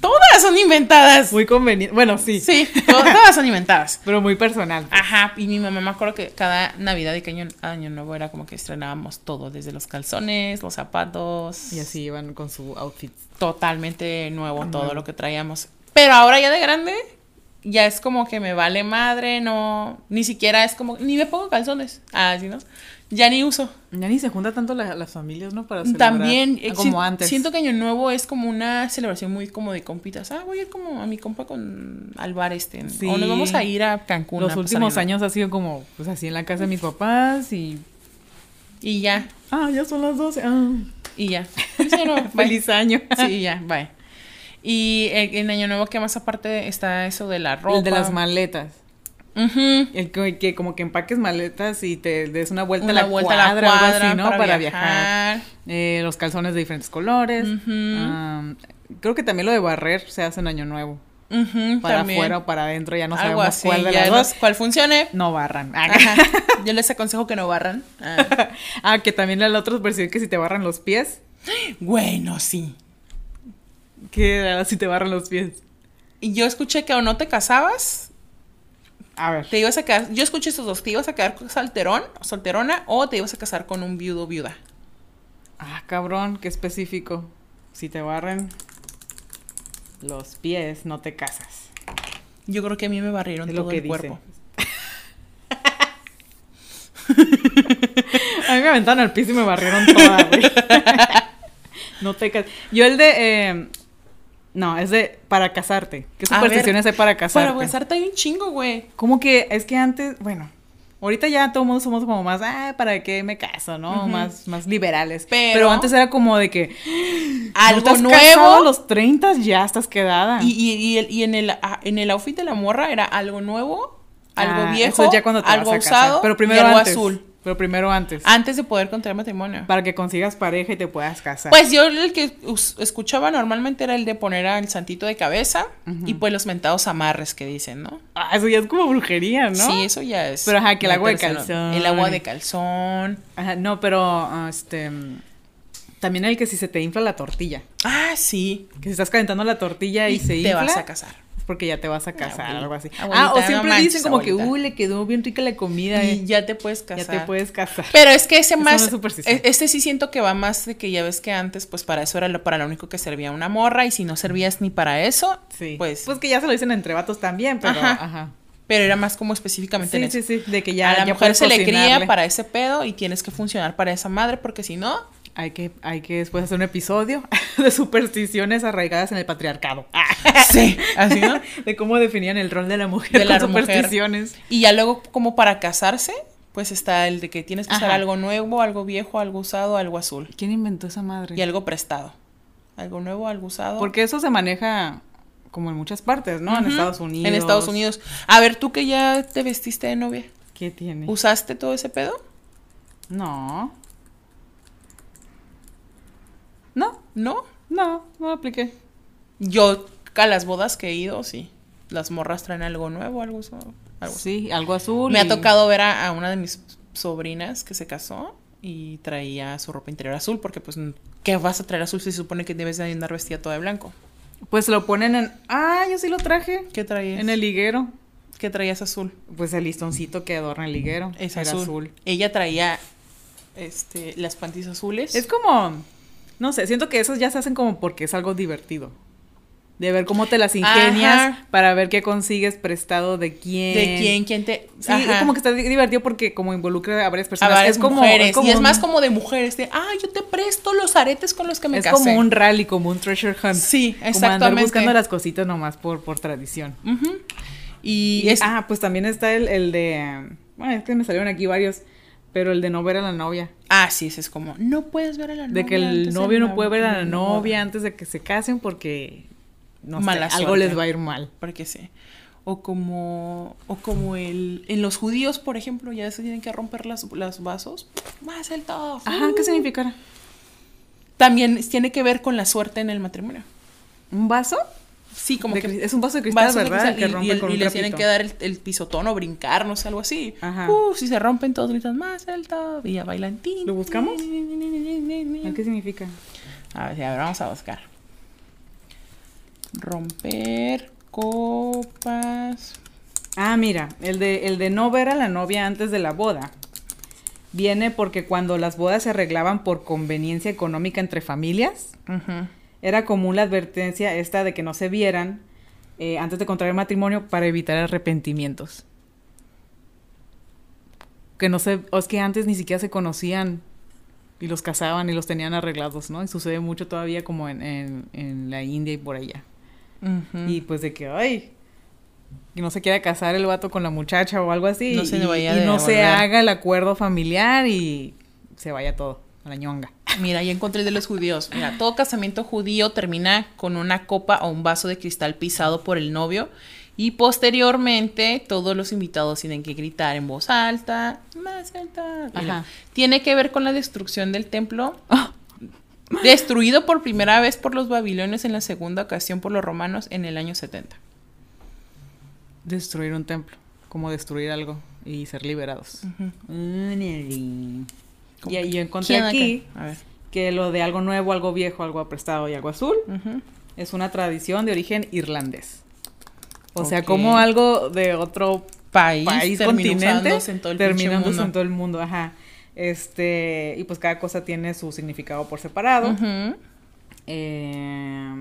C: Todas son inventadas.
B: Muy conveniente. Bueno, sí,
C: Sí, Ah. to- todas son inventadas.
B: pero muy personal.
C: Ajá, y mi mamá me acuerdo que cada Navidad y que año, año nuevo era como que estrenábamos todo, desde los calzones, los zapatos.
B: Y así iban con su outfit.
C: Totalmente nuevo todo lo que traíamos. Pero ahora ya de grande, ya es como que me vale madre, no. Ni siquiera es como. Ni me pongo calzones. Ah, sí, ¿no? Ya ni uso.
B: Ya ni se junta tanto la- las familias, ¿no? Para celebrar Ah,
C: También eh,
B: como
C: si-
B: antes.
C: siento que Año Nuevo es como una celebración muy como de compitas. Ah, voy a ir como a mi compa con al bar este.
B: Sí.
C: O nos vamos a ir a Cancún. a
B: los
C: pasar
B: últimos
C: el-
B: años ha sido como, pues así en la casa de mis papás y
C: Y ya,
B: Ah, ya son las 12. Ah,
C: y ya. Feliz Año Nuevo, bye.
B: feliz año.
C: Sí, ya, bye. Y eh, en Año Nuevo, ¿qué más aparte está eso de la ropa?
B: <laughs> El de las maletas.
C: Ujú.
B: El que, que como que empaques maletas y te des una vuelta,
C: Una
B: a, la
C: vuelta
B: cuadra,
C: a la cuadra,
B: algo así, ¿no?
C: para,
B: Para, viajar. ah,
C: viajar.
B: Eh, los calzones de diferentes colores.
C: Ujú.
B: Am, creo que también lo de barrer se hace en Año Nuevo.
C: Ujú,
B: Para
C: también.
B: afuera o para adentro, ya no
C: Algo
B: sabemos
C: así,
B: cuál de
C: ya
B: las
C: no-
B: dos.
C: ¿Cuál
B: <laughs>
C: funcione?
B: No barran. Ah,
C: Ajá. Yo les aconsejo que no barran. Ah.
B: ah, que también el otro versión que si te barran los pies.
C: Bueno, sí.
B: Que era si te barran los pies.
C: Y yo escuché que o no te casabas,
B: A ver.
C: te ibas a casar. Yo escuché estos dos: te ibas a quedar con solterón, solterona, o te ibas a casar con un viudo, viuda.
B: Ah, cabrón, qué específico. Si te barren los pies, no te casas.
C: Yo creo que a mí me barrieron
B: Es
C: todo
B: lo que
C: el cuerpo.
B: dicen. A mí me aventaron al piso y me <laughs> barrieron toda, güey. No te casas. Yo el de... eh, no, es de para casarte. ¿Qué
C: A ver,
B: supersticiones hay para casarte?
C: Para casarte hay un chingo, güey.
B: Como que es que antes, bueno, ahorita ya todo el mundo somos como más, ah, ¿para qué me caso? ¿No?
C: Ujú.
B: Más más liberales.
C: Pero-
B: antes era como de que... Ah, ¿no te
C: Algo
B: has casado a
C: nuevo.
B: los 30 ya estás quedada.
C: Y, y- y el- y en, el, ah, en el outfit de la morra era algo nuevo, algo
B: Ah,
C: viejo,
B: eso es ya cuando te
C: algo
B: vas a casar.
C: usado
B: pero primero
C: y algo
B: antes,
C: azul. Ah.
B: Pero primero antes.
C: Antes de poder contraer matrimonio.
B: Para que consigas pareja y te puedas casar.
C: Pues yo el que us- escuchaba normalmente era el de poner al santito de cabeza
B: Ujú.
C: y pues los mentados amarres que dicen, ¿no?
B: Ah, eso ya es como brujería, ¿no?
C: Sí, eso ya es.
B: Pero, ajá, que el
C: muy
B: agua de
C: tercero.
B: calzón.
C: El agua de calzón.
B: Ajá, no, pero ah, este mm, también el que si se te infla la tortilla,
C: Ah, sí.
B: que si estás calentando la tortilla y, se
C: te
B: infla,
C: vas a casar.
B: es porque ya te vas a casar,
C: abuelita.
B: algo así.
C: Abuelita,
B: ah, o
C: no
B: siempre
C: manches,
B: dicen como que,
C: abuelita.
B: uy, le quedó bien rica la comida,
C: Y
B: eh,
C: ya te puedes casar.
B: ya te puedes casar.
C: Pero es que ese
B: Eso
C: más.
B: no es superstición.
C: e- este sí siento que va más de que ya ves que antes, pues para eso era lo, para lo único que servía una morra. Y si no servías ni para eso,
B: Sí.
C: pues.
B: que ya se lo dicen entre vatos también, pero
C: Ajá.
B: ajá.
C: pero era más como específicamente en
B: Sí,
C: eso.
B: sí, sí, de que ya
C: a la
B: ya
C: mujer
B: puedes
C: se le cría
B: cocinarle.
C: para ese pedo y tienes que funcionar para esa madre, porque si
B: <laughs>
C: no,
B: Hay que, hay que después hacer un episodio <laughs> de supersticiones arraigadas en el patriarcado. <laughs> Ah,
C: sí, <laughs> así no.
B: de cómo definían el rol de la mujer
C: De la
B: con
C: mujer.
B: supersticiones.
C: Y ya luego, como para casarse, pues está el de que tienes que usar
B: Ajá.
C: algo nuevo, algo viejo, algo usado, algo azul.
B: ¿Quién inventó esa madre?
C: Y algo prestado. Algo nuevo, algo usado.
B: Porque eso se maneja como en muchas partes, ¿no? En
C: Ujú.
B: Estados Unidos.
C: En Estados Unidos. A ver, tú que ya te vestiste de novia,
B: ¿Qué tiene?
C: ¿usaste todo ese pedo?
B: No. No,
C: ¿No?
B: no, no lo apliqué.
C: Yo a las bodas que he ido, sí. Las morras traen algo nuevo, algo usado. Algo
B: Sí, algo azul.
C: Me ha
B: y-
C: tocado ver a, a una de mis sobrinas que se casó y traía su ropa interior azul porque pues n- ¿Qué vas a traer azul si se supone que debes de andar vestida toda de blanco?
B: Pues lo ponen en. Ah, yo sí lo traje.
C: ¿Qué traías?
B: En el liguero.
C: ¿Qué traías azul?
B: Pues el listoncito que adorna el liguero.
C: Es
B: Era
C: azul. Ella traía este, las panties azules.
B: Es como. No sé, siento que esos ya se hacen como porque es algo divertido. De ver cómo te las ingenias
C: Ajá.
B: para ver qué consigues prestado de quién.
C: ¿De quién? ¿Quién te...?
B: Sí,
C: Ajá.
B: es como que está di- divertido porque como involucra a varias
C: a
B: personas.
C: varias
B: es como,
C: mujeres.
B: como
C: y es
B: un-
C: más como de mujeres, de, ah, yo te presto los aretes con los que me
B: es
C: casé.
B: como un rally, como un treasure hunt.
C: Sí,
B: Como andar
C: exactamente.
B: buscando las cositas nomás por, por tradición.
C: Ujú. Y,
B: Y
C: es...
B: ah, pues también está el, el de. Bueno, es que me salieron aquí varios. Pero el de no ver a la novia.
C: Ah, sí, ese es como, no puedes ver a la novia.
B: De que el
C: antes de
B: novio no
C: la-
B: puede ver a la
C: del
B: novia antes de que se casen porque. No sé,
C: Mala
B: algo
C: suerte.
B: les va a ir mal.
C: Porque sí. O como, o como el, en los judíos, por ejemplo, ya se tienen que romper las, las vasos. Más el todo.
B: Ajá, ¿qué significará?
C: También tiene que ver con la suerte en el matrimonio.
B: ¿Un vaso?
C: Sí, como
B: De
C: que
B: cri- es un vaso de cristal,
C: vasos de
B: ¿verdad?
C: cristal
B: que
C: y-
B: rompe
C: y, el-
B: con
C: y
B: un
C: les tienen
B: trapito.
C: que dar el, el pisotón o brincarnos, algo así.
B: Ajá.
C: Uh, si se rompen todos gritan más el top y ya bailan tin.
B: ¿Lo buscamos?
C: tin, tin, tin, tin,
B: ¿A
C: tin.
B: ¿Qué significa?
C: A ver, sí, a ver, vamos a buscar. Romper copas.
B: Ah, mira, el de, el de no ver a la novia antes de la boda. Viene porque cuando las bodas se arreglaban por conveniencia económica entre familias,
C: Ujú.
B: era común la advertencia esta de que no se vieran eh, antes de contraer matrimonio para evitar arrepentimientos. Que no se, o es que antes ni siquiera se conocían y los casaban y los tenían arreglados, ¿no? Y sucede mucho todavía como en, en- en la India y por allá.
C: Ujú.
B: Y pues de que, ay, que no se quiera casar el vato con la muchacha o algo así.
C: No se
B: y,
C: le vaya
B: y
C: de
B: no se
C: volver.
B: haga el acuerdo familiar y se vaya todo a la ñonga.
C: Mira, ya encontré el de los judíos. Mira, todo casamiento judío termina con una copa o un vaso de cristal pisado por el novio. Y posteriormente, todos los invitados tienen que gritar en voz alta, más alta. Mira,
B: Ajá.
C: Tiene que ver con la destrucción del templo. <laughs> Destruido por primera vez por los babilonios en la segunda ocasión por los romanos en el año 70.
B: Destruir un templo, como destruir algo y ser liberados.
C: Mm.
B: Y ahí yo encontré
C: ¿Quién acá?
B: aquí
C: A ver.
B: que lo de algo nuevo, algo viejo, algo aprestado y algo azul
C: Ujú.
B: es una tradición de origen irlandés. O sea,
C: Ok.
B: como algo de otro
C: País,
B: país,
C: terminó
B: continente,
C: usándose en todo el pinche
B: terminando
C: mundo.
B: en todo el mundo, ajá. Este, y pues cada cosa tiene su significado por separado.
C: Ujú.
B: Eh,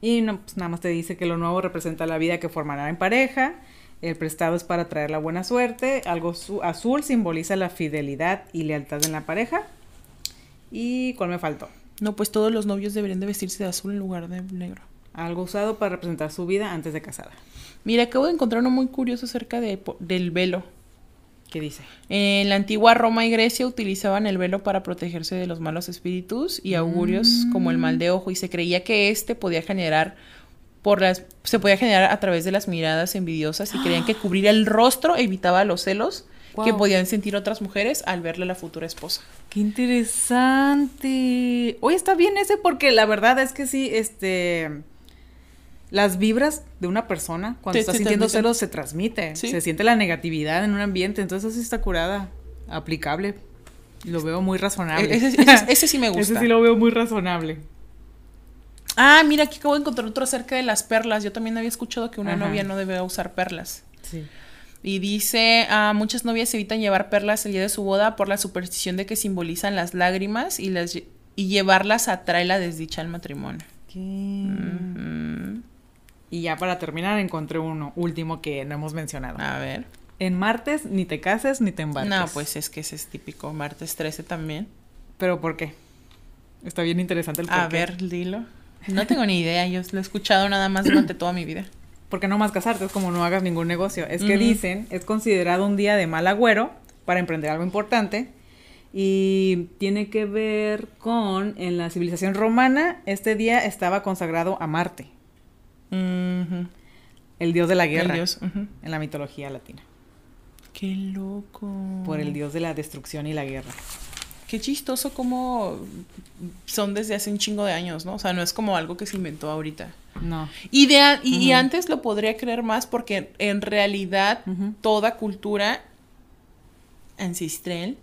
B: y no, pues nada más te dice que lo nuevo representa la vida que formará en pareja. El prestado es para traer la buena suerte. Algo su- azul simboliza la fidelidad y lealtad en la pareja. ¿Y cuál me faltó?
C: No, pues todos los novios deberían de vestirse de azul en lugar de negro.
B: Algo usado para representar su vida antes de casada.
C: Mira, acabo de encontrar uno muy curioso acerca de po- del velo.
B: ¿Qué dice?
C: En la antigua Roma y Grecia utilizaban el velo para protegerse de los malos espíritus y augurios como el mal de ojo y se creía que este podía generar por las se podía generar a través de las miradas envidiosas y creían que cubrir el rostro evitaba los celos que
B: Guau.
C: podían sentir otras mujeres al verle a la futura esposa.
B: Qué interesante. Oye, está bien ese porque la verdad es que sí, este, las vibras de una persona cuando
C: Te-
B: está
C: se
B: sintiendo
C: transmiten.
B: celos se transmite,
C: Sí.
B: se siente la negatividad en un ambiente, entonces sí está curada, aplicable. Lo veo muy razonable.
C: E- Ese, ese- ese sí me gusta.
B: Ah, <laughs> Ese sí lo veo muy razonable.
C: Ah, mira, aquí acabo de encontrar otro acerca de las perlas. Yo también había escuchado que una
B: Ajá.
C: novia no debía usar perlas.
B: Sí.
C: Y dice, ah, muchas novias evitan llevar perlas el día de su boda por la superstición de que simbolizan las lágrimas y, las, lle- y llevarlas atrae la desdicha al matrimonio. Ujú.
B: Mm. Y ya para terminar encontré uno último que no hemos mencionado.
C: A ver.
B: En martes ni te cases ni te embarques.
C: Ah. No, pues es que ese es típico. Martes 13 también.
B: Pero ¿por qué? Está bien interesante el
C: A
B: porqué.
C: ver, dilo. No tengo ni idea. Yo lo he escuchado nada más durante toda mi vida.
B: porque no más casarte, es como no hagas ningún negocio. Es que
C: Ujú.
B: dicen, es considerado un día de mal agüero para emprender algo importante. Y tiene que ver con, en la civilización romana, este día estaba consagrado a Marte,
C: Ujú.
B: el dios de la
C: El
B: guerra,
C: dios, ujú.
B: en la mitología latina,
C: Qué loco.
B: por el dios de la destrucción y la guerra.
C: Qué chistoso como son desde hace un chingo de años, ¿no? O sea, no es como algo que se inventó ahorita.
B: No.
C: Y, de a- y- y
B: Ujú.
C: antes lo podría creer más porque en <laughs> realidad
B: Ujú.
C: toda cultura ancestral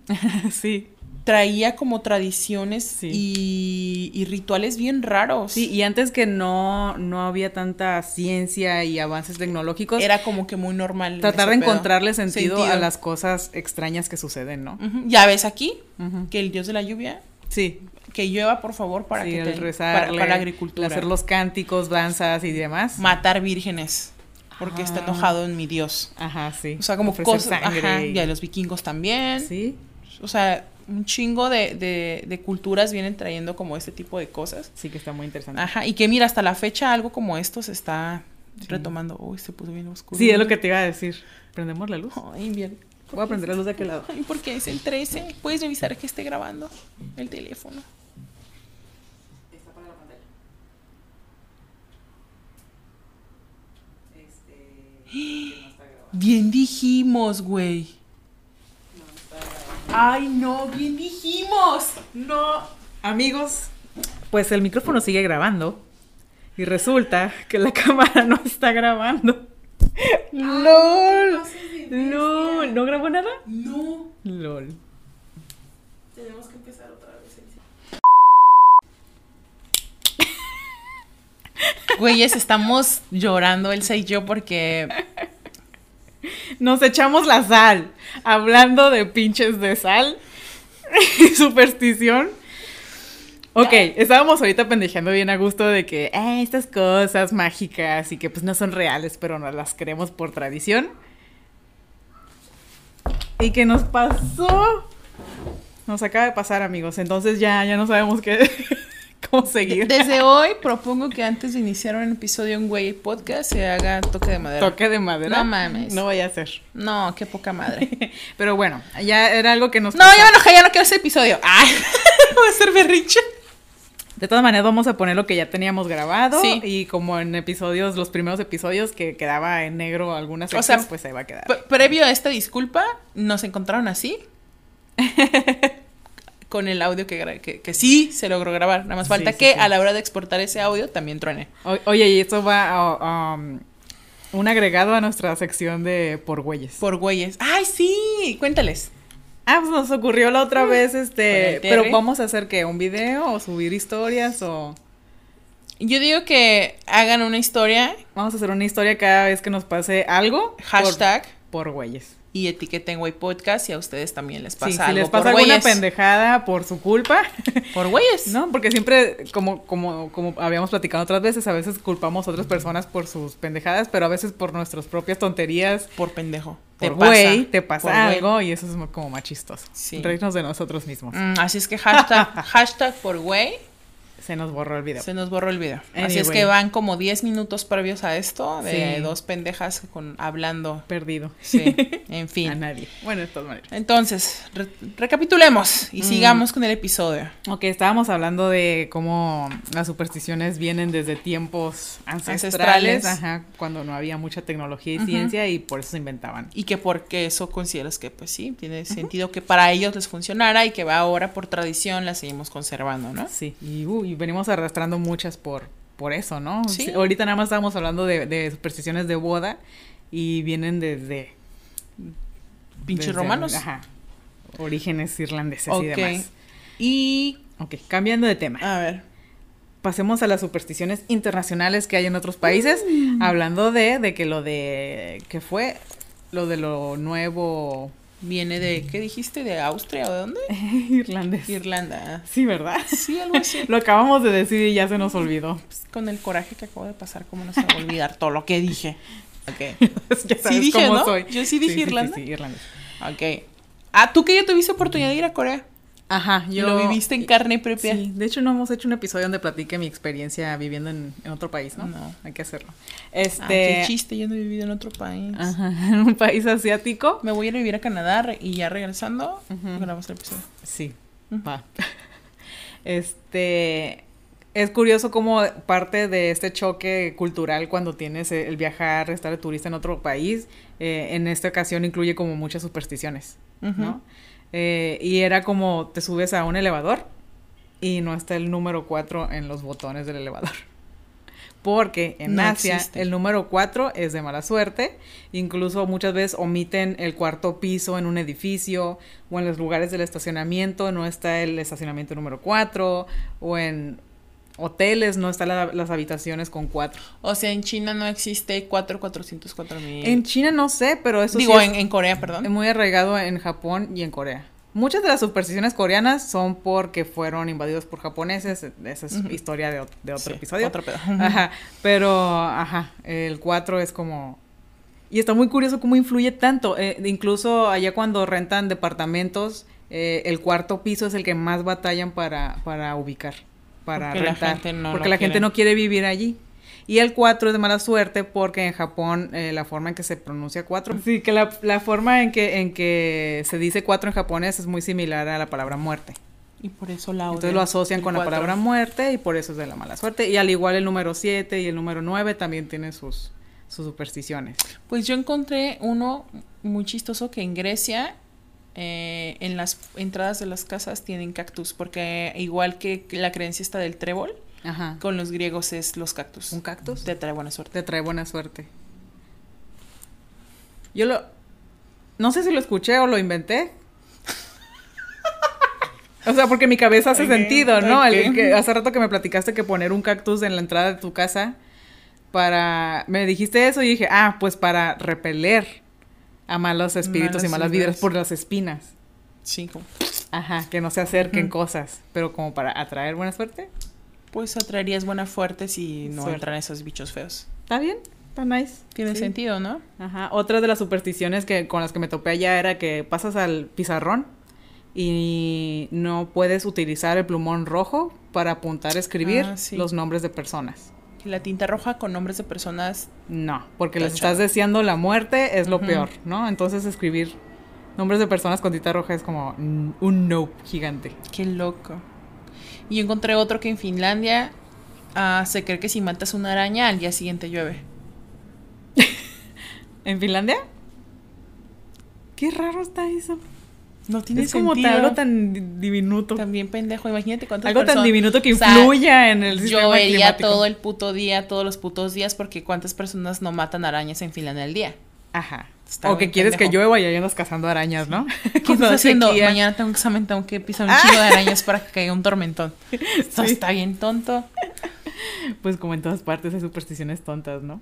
B: sí.
C: traía como tradiciones
B: Sí.
C: y, y rituales bien raros.
B: Sí, y antes que no, no había tanta ciencia y avances tecnológicos,
C: Era como que muy normal.
B: tratar de
C: ese pedo.
B: encontrarle sentido, a las cosas extrañas que suceden, ¿no?
C: Ujú, Ya ves aquí
B: Ujú.
C: que el dios de la lluvia,
B: Sí,
C: que llueva por favor para
B: sí,
C: que
B: el
C: te- para,
B: rezarle,
C: para la agricultura.
B: Hacer los cánticos, danzas y demás.
C: Matar vírgenes, porque está
B: Ah.
C: enojado en mi dios.
B: Ajá, sí.
C: O sea, como
B: Ofrecer
C: cosas,
B: sangre
C: ajá,
B: y-
C: ya los vikingos también.
B: Sí,
C: O sea, un chingo de, de- de culturas vienen trayendo como este tipo de cosas.
B: sí que está muy interesante.
C: Ajá, y que mira, hasta la fecha algo como esto se está retomando. Uy, se puso bien oscuro.
B: Sí, es lo que te iba a decir. Prendemos la luz.
C: Ay, bien.
B: Voy a prender la luz de aquel lado.
C: Ay, porque es el 13. Puedes revisar que esté grabando el teléfono. Bien dijimos, güey. Ay, no, bien dijimos.
B: No, amigos. Pues el micrófono sigue grabando. Y resulta que la <laughs> cámara no está grabando. ¡Lol! No, ¿no grabó nada?
C: No.
B: ¡Lol!
C: Tenemos que empezar otra vez. Güeyes, estamos llorando Elsa y yo porque
B: Nos echamos la sal. Hablando de pinches de sal y <laughs> superstición. Ok, estábamos ahorita pendejeando bien a gusto de que "Ah, estas cosas mágicas y que pues no son reales, pero nos las creemos por tradición. ¿Y qué nos pasó? Nos acaba de pasar, amigos. Entonces ya, ya no sabemos qué <laughs> cómo seguir.
C: desde hoy propongo que antes de iniciar un episodio en Güey Podcast se haga toque de madera.
B: Toque de madera.
C: No mames.
B: No vaya a ser.
C: No, qué poca
B: <laughs>
C: madre.
B: Pero bueno, ya era algo que nos
C: No, ya me enojé, ya no quiero ese episodio. Ay, <laughs> voy a ser berrinche.
B: De todas maneras, vamos a poner lo que ya teníamos grabado.
C: Sí.
B: Y como en episodios, los primeros episodios que quedaba en negro algunas
C: O
B: cosas,
C: sea,
B: pues ahí va a quedar.
C: Pre- Previo a esta disculpa, nos encontraron
B: <laughs>
C: así. con el audio que, gra- que, que sí se logró grabar. Nada más
B: Sí,
C: falta
B: sí,
C: que
B: sí.
C: a la hora de exportar ese audio también truene.
B: O- oye, y esto va a um, un agregado a nuestra sección de por güeyes.
C: Por güeyes. ¡Ay, sí! Cuéntales.
B: Ah, pues nos ocurrió la otra vez,
C: Con
B: este.
C: Mm. el Terry.
B: Pero vamos a hacer que un video o subir historias o.
C: Yo digo que hagan una historia,
B: Vamos a hacer una historia cada vez que nos pase algo. por-
C: hashtag,
B: Por güeyes.
C: y etiqueten güey podcast y a ustedes también les pasa
B: Sí, si
C: algo
B: les pasa
C: por
B: alguna
C: güeyes.
B: pendejada por su culpa,
C: Por güeyes.
B: No, porque siempre, como, como, como habíamos platicado otras veces, a veces culpamos a otras personas por sus pendejadas, pero a veces por nuestras propias tonterías.
C: Por pendejo.
B: Por
C: pasa,
B: güey, te pasa
C: por güey.
B: algo y eso es mo- como más chistoso.
C: Sí.
B: Reírnos de nosotros mismos.
C: Mm, así es que
B: <laughs>
C: hashtag, hashtag por güey.
B: Se nos borró el video.
C: Se nos borró el video. Así
B: Anyway.
C: es que van como 10 minutos previos a esto de
B: Sí.
C: dos pendejas con hablando.
B: Perdido.
C: Sí, en
B: <laughs> a
C: fin.
B: nadie. Bueno, de todas maneras.
C: Entonces, re- recapitulemos
B: Mm.
C: y sigamos con el episodio.
B: Ok, estábamos hablando de cómo las supersticiones vienen desde tiempos
C: Ancestrales.
B: ancestrales, ajá, cuando no había mucha tecnología y
C: Ujú.
B: ciencia y por eso se inventaban.
C: Y que porque eso consideras que, pues sí, tiene sentido que para ellos les funcionara y que va ahora por tradición la seguimos conservando, ¿no?
B: Sí, y, uh, y venimos arrastrando muchas por, por eso, ¿no?
C: Sí.
B: Sí, Ahorita nada más estábamos hablando de, de supersticiones de boda y vienen desde...
C: Pinches
B: desde-
C: romanos.
B: Ajá. Orígenes irlandeses
C: Ok.
B: y demás.
C: Y,
B: Ok, cambiando de tema.
C: a ver,
B: Pasemos a las supersticiones internacionales que hay en otros países,
C: Mm.
B: hablando de, de que lo de... que fue? Lo de lo nuevo <laughs>
C: viene de, ¿qué dijiste? ¿De Austria o de dónde?
B: irlandés.
C: Irlanda.
B: sí, ¿verdad?
C: Sí, algo
B: <laughs>
C: así.
B: Lo acabamos de decir y ya se nos olvidó. <laughs>
C: Pues, con el coraje que acabo de pasar, ¿cómo no se va a olvidar todo lo que dije? Ok.
B: ya
C: Sí
B: sabes
C: dije,
B: cómo
C: ¿no?
B: soy.
C: Yo sí dije Irlanda.
B: Sí, sí, irlandés.
C: Ok. Ah, tú que ya tuviste oportunidad de ir a Corea.
B: Ajá, yo
C: Lo viviste en carne propia.
B: Sí, de hecho no hemos hecho un episodio donde platique mi experiencia viviendo en, en otro país, ¿no?
C: No.
B: Hay que hacerlo.
C: Ah,
B: Este, Ah.
C: qué chiste, yo no he vivido en otro país.
B: ajá, <laughs> en un país asiático.
C: Me voy a ir a vivir a Canadá re- y ya regresando
B: Ujú.
C: grabamos el episodio.
B: Sí,
C: Ujú.
B: va. Este, es curioso como parte de este choque cultural cuando tienes eh, el viajar, estar de turista en otro país, eh, en esta ocasión incluye como muchas supersticiones,
C: Ujú.
B: ¿no? Eh, y era como te subes a un elevador y no está el número 4 en los botones del elevador. <laughs> porque en
C: No
B: Asia
C: existe.
B: el número 4 es de mala suerte. Incluso muchas veces omiten el cuarto piso en un edificio o en los lugares del estacionamiento no está el estacionamiento número 4 o en hoteles no están la- las habitaciones con 4.
C: O sea, en China no existe 4404 mil.
B: En China no sé, pero eso
C: Digo,
B: sí
C: en,
B: es
C: en Corea, perdón.
B: muy arraigado en Japón y en Corea. Muchas de las supersticiones coreanas son porque fueron invadidos por japoneses. Esa es
C: Ujú.
B: historia de, ot- de otro
C: Sí,
B: episodio.
C: Otro pedo.
B: Ajá, <laughs> pero, ajá, el 4 es como... Y está muy curioso cómo influye tanto. eh, incluso allá cuando rentan departamentos, eh, el cuarto piso es el que más batallan para, para ubicar, para
C: Porque la
B: rentar.
C: gente no
B: porque
C: lo
B: la gente
C: quiere.
B: no quiere vivir allí. Y el 4 es de mala suerte porque en Japón eh, la forma en que se pronuncia 4. Sí, que la, la forma en que, en que se dice 4 en japonés es muy similar a la palabra muerte.
C: Y por eso la
B: Entonces
C: odian.
B: lo asocian
C: El
B: con la
C: cuatro.
B: palabra muerte y por eso es de la mala suerte. Y al igual el número 7 y el número 9 también tienen sus, sus supersticiones.
C: Pues yo encontré uno muy chistoso que en Grecia, eh, en las entradas de las casas tienen cactus, porque igual que la creencia está del trébol,
B: Ajá.
C: con los griegos es los cactus.
B: ¿Un cactus?
C: Te trae buena suerte.
B: Te trae buena suerte. Yo lo... No sé si lo escuché o lo inventé. O sea, porque en mi cabeza hace
C: Ok,
B: sentido, ¿no? El- el
C: ok.
B: que hace rato que me platicaste que poner un cactus en la entrada de tu casa para... Me dijiste eso y dije, ah, pues para repeler a malos espíritus y
C: Malas
B: malas vibras
C: vibras.
B: por las espinas.
C: Sí, como-
B: Ajá, que no se acerquen
C: Ujú.
B: cosas, pero como para atraer buena suerte.
C: pues atraerías buena fuerte si no
B: Suerte.
C: entran esos bichos feos.
B: Está bien, está nice.
C: Tiene
B: Sí.
C: sentido, ¿no?
B: Ajá, otra de las supersticiones que con las que me topé allá era que pasas al pizarrón y no puedes utilizar el plumón rojo para apuntar a escribir
C: Ah, sí.
B: los nombres de personas.
C: Y la tinta roja con nombres de personas
B: No, porque les
C: Tachado.
B: estás deseando la muerte, es lo
C: Ujú.
B: peor, ¿no? Entonces escribir nombres de personas con tinta roja es como mm, un no gigante.
C: Qué loco. Y yo encontré otro que en Finlandia ah, se cree que si matas una araña al día siguiente llueve.
B: ¿En Finlandia? Qué raro está eso.
C: No tiene
B: Es como tan- algo tan di- diminuto.
C: También pendejo, imagínate cuántas
B: algo tan
C: personas-
B: diminuto que
C: o sea,
B: influya en el sistema
C: Llovería
B: climático.
C: todo el puto día, todos los putos días, porque cuántas personas no matan arañas en Finlandia al
B: <laughs>
C: día.
B: Ajá.
C: Está
B: o que
C: bien
B: quieres que
C: pendejo.
B: llueva y ahí andas cazando arañas, ¿no? <laughs> ah,
C: ¿Qué
B: Cuando
C: estás haciendo?
B: sequía.
C: Mañana tengo un examen, tengo que pisar un chico de arañas para que caiga un tormentón. Esto
B: <laughs> Sí.
C: está bien tonto.
B: Pues como en todas partes hay supersticiones tontas, ¿no?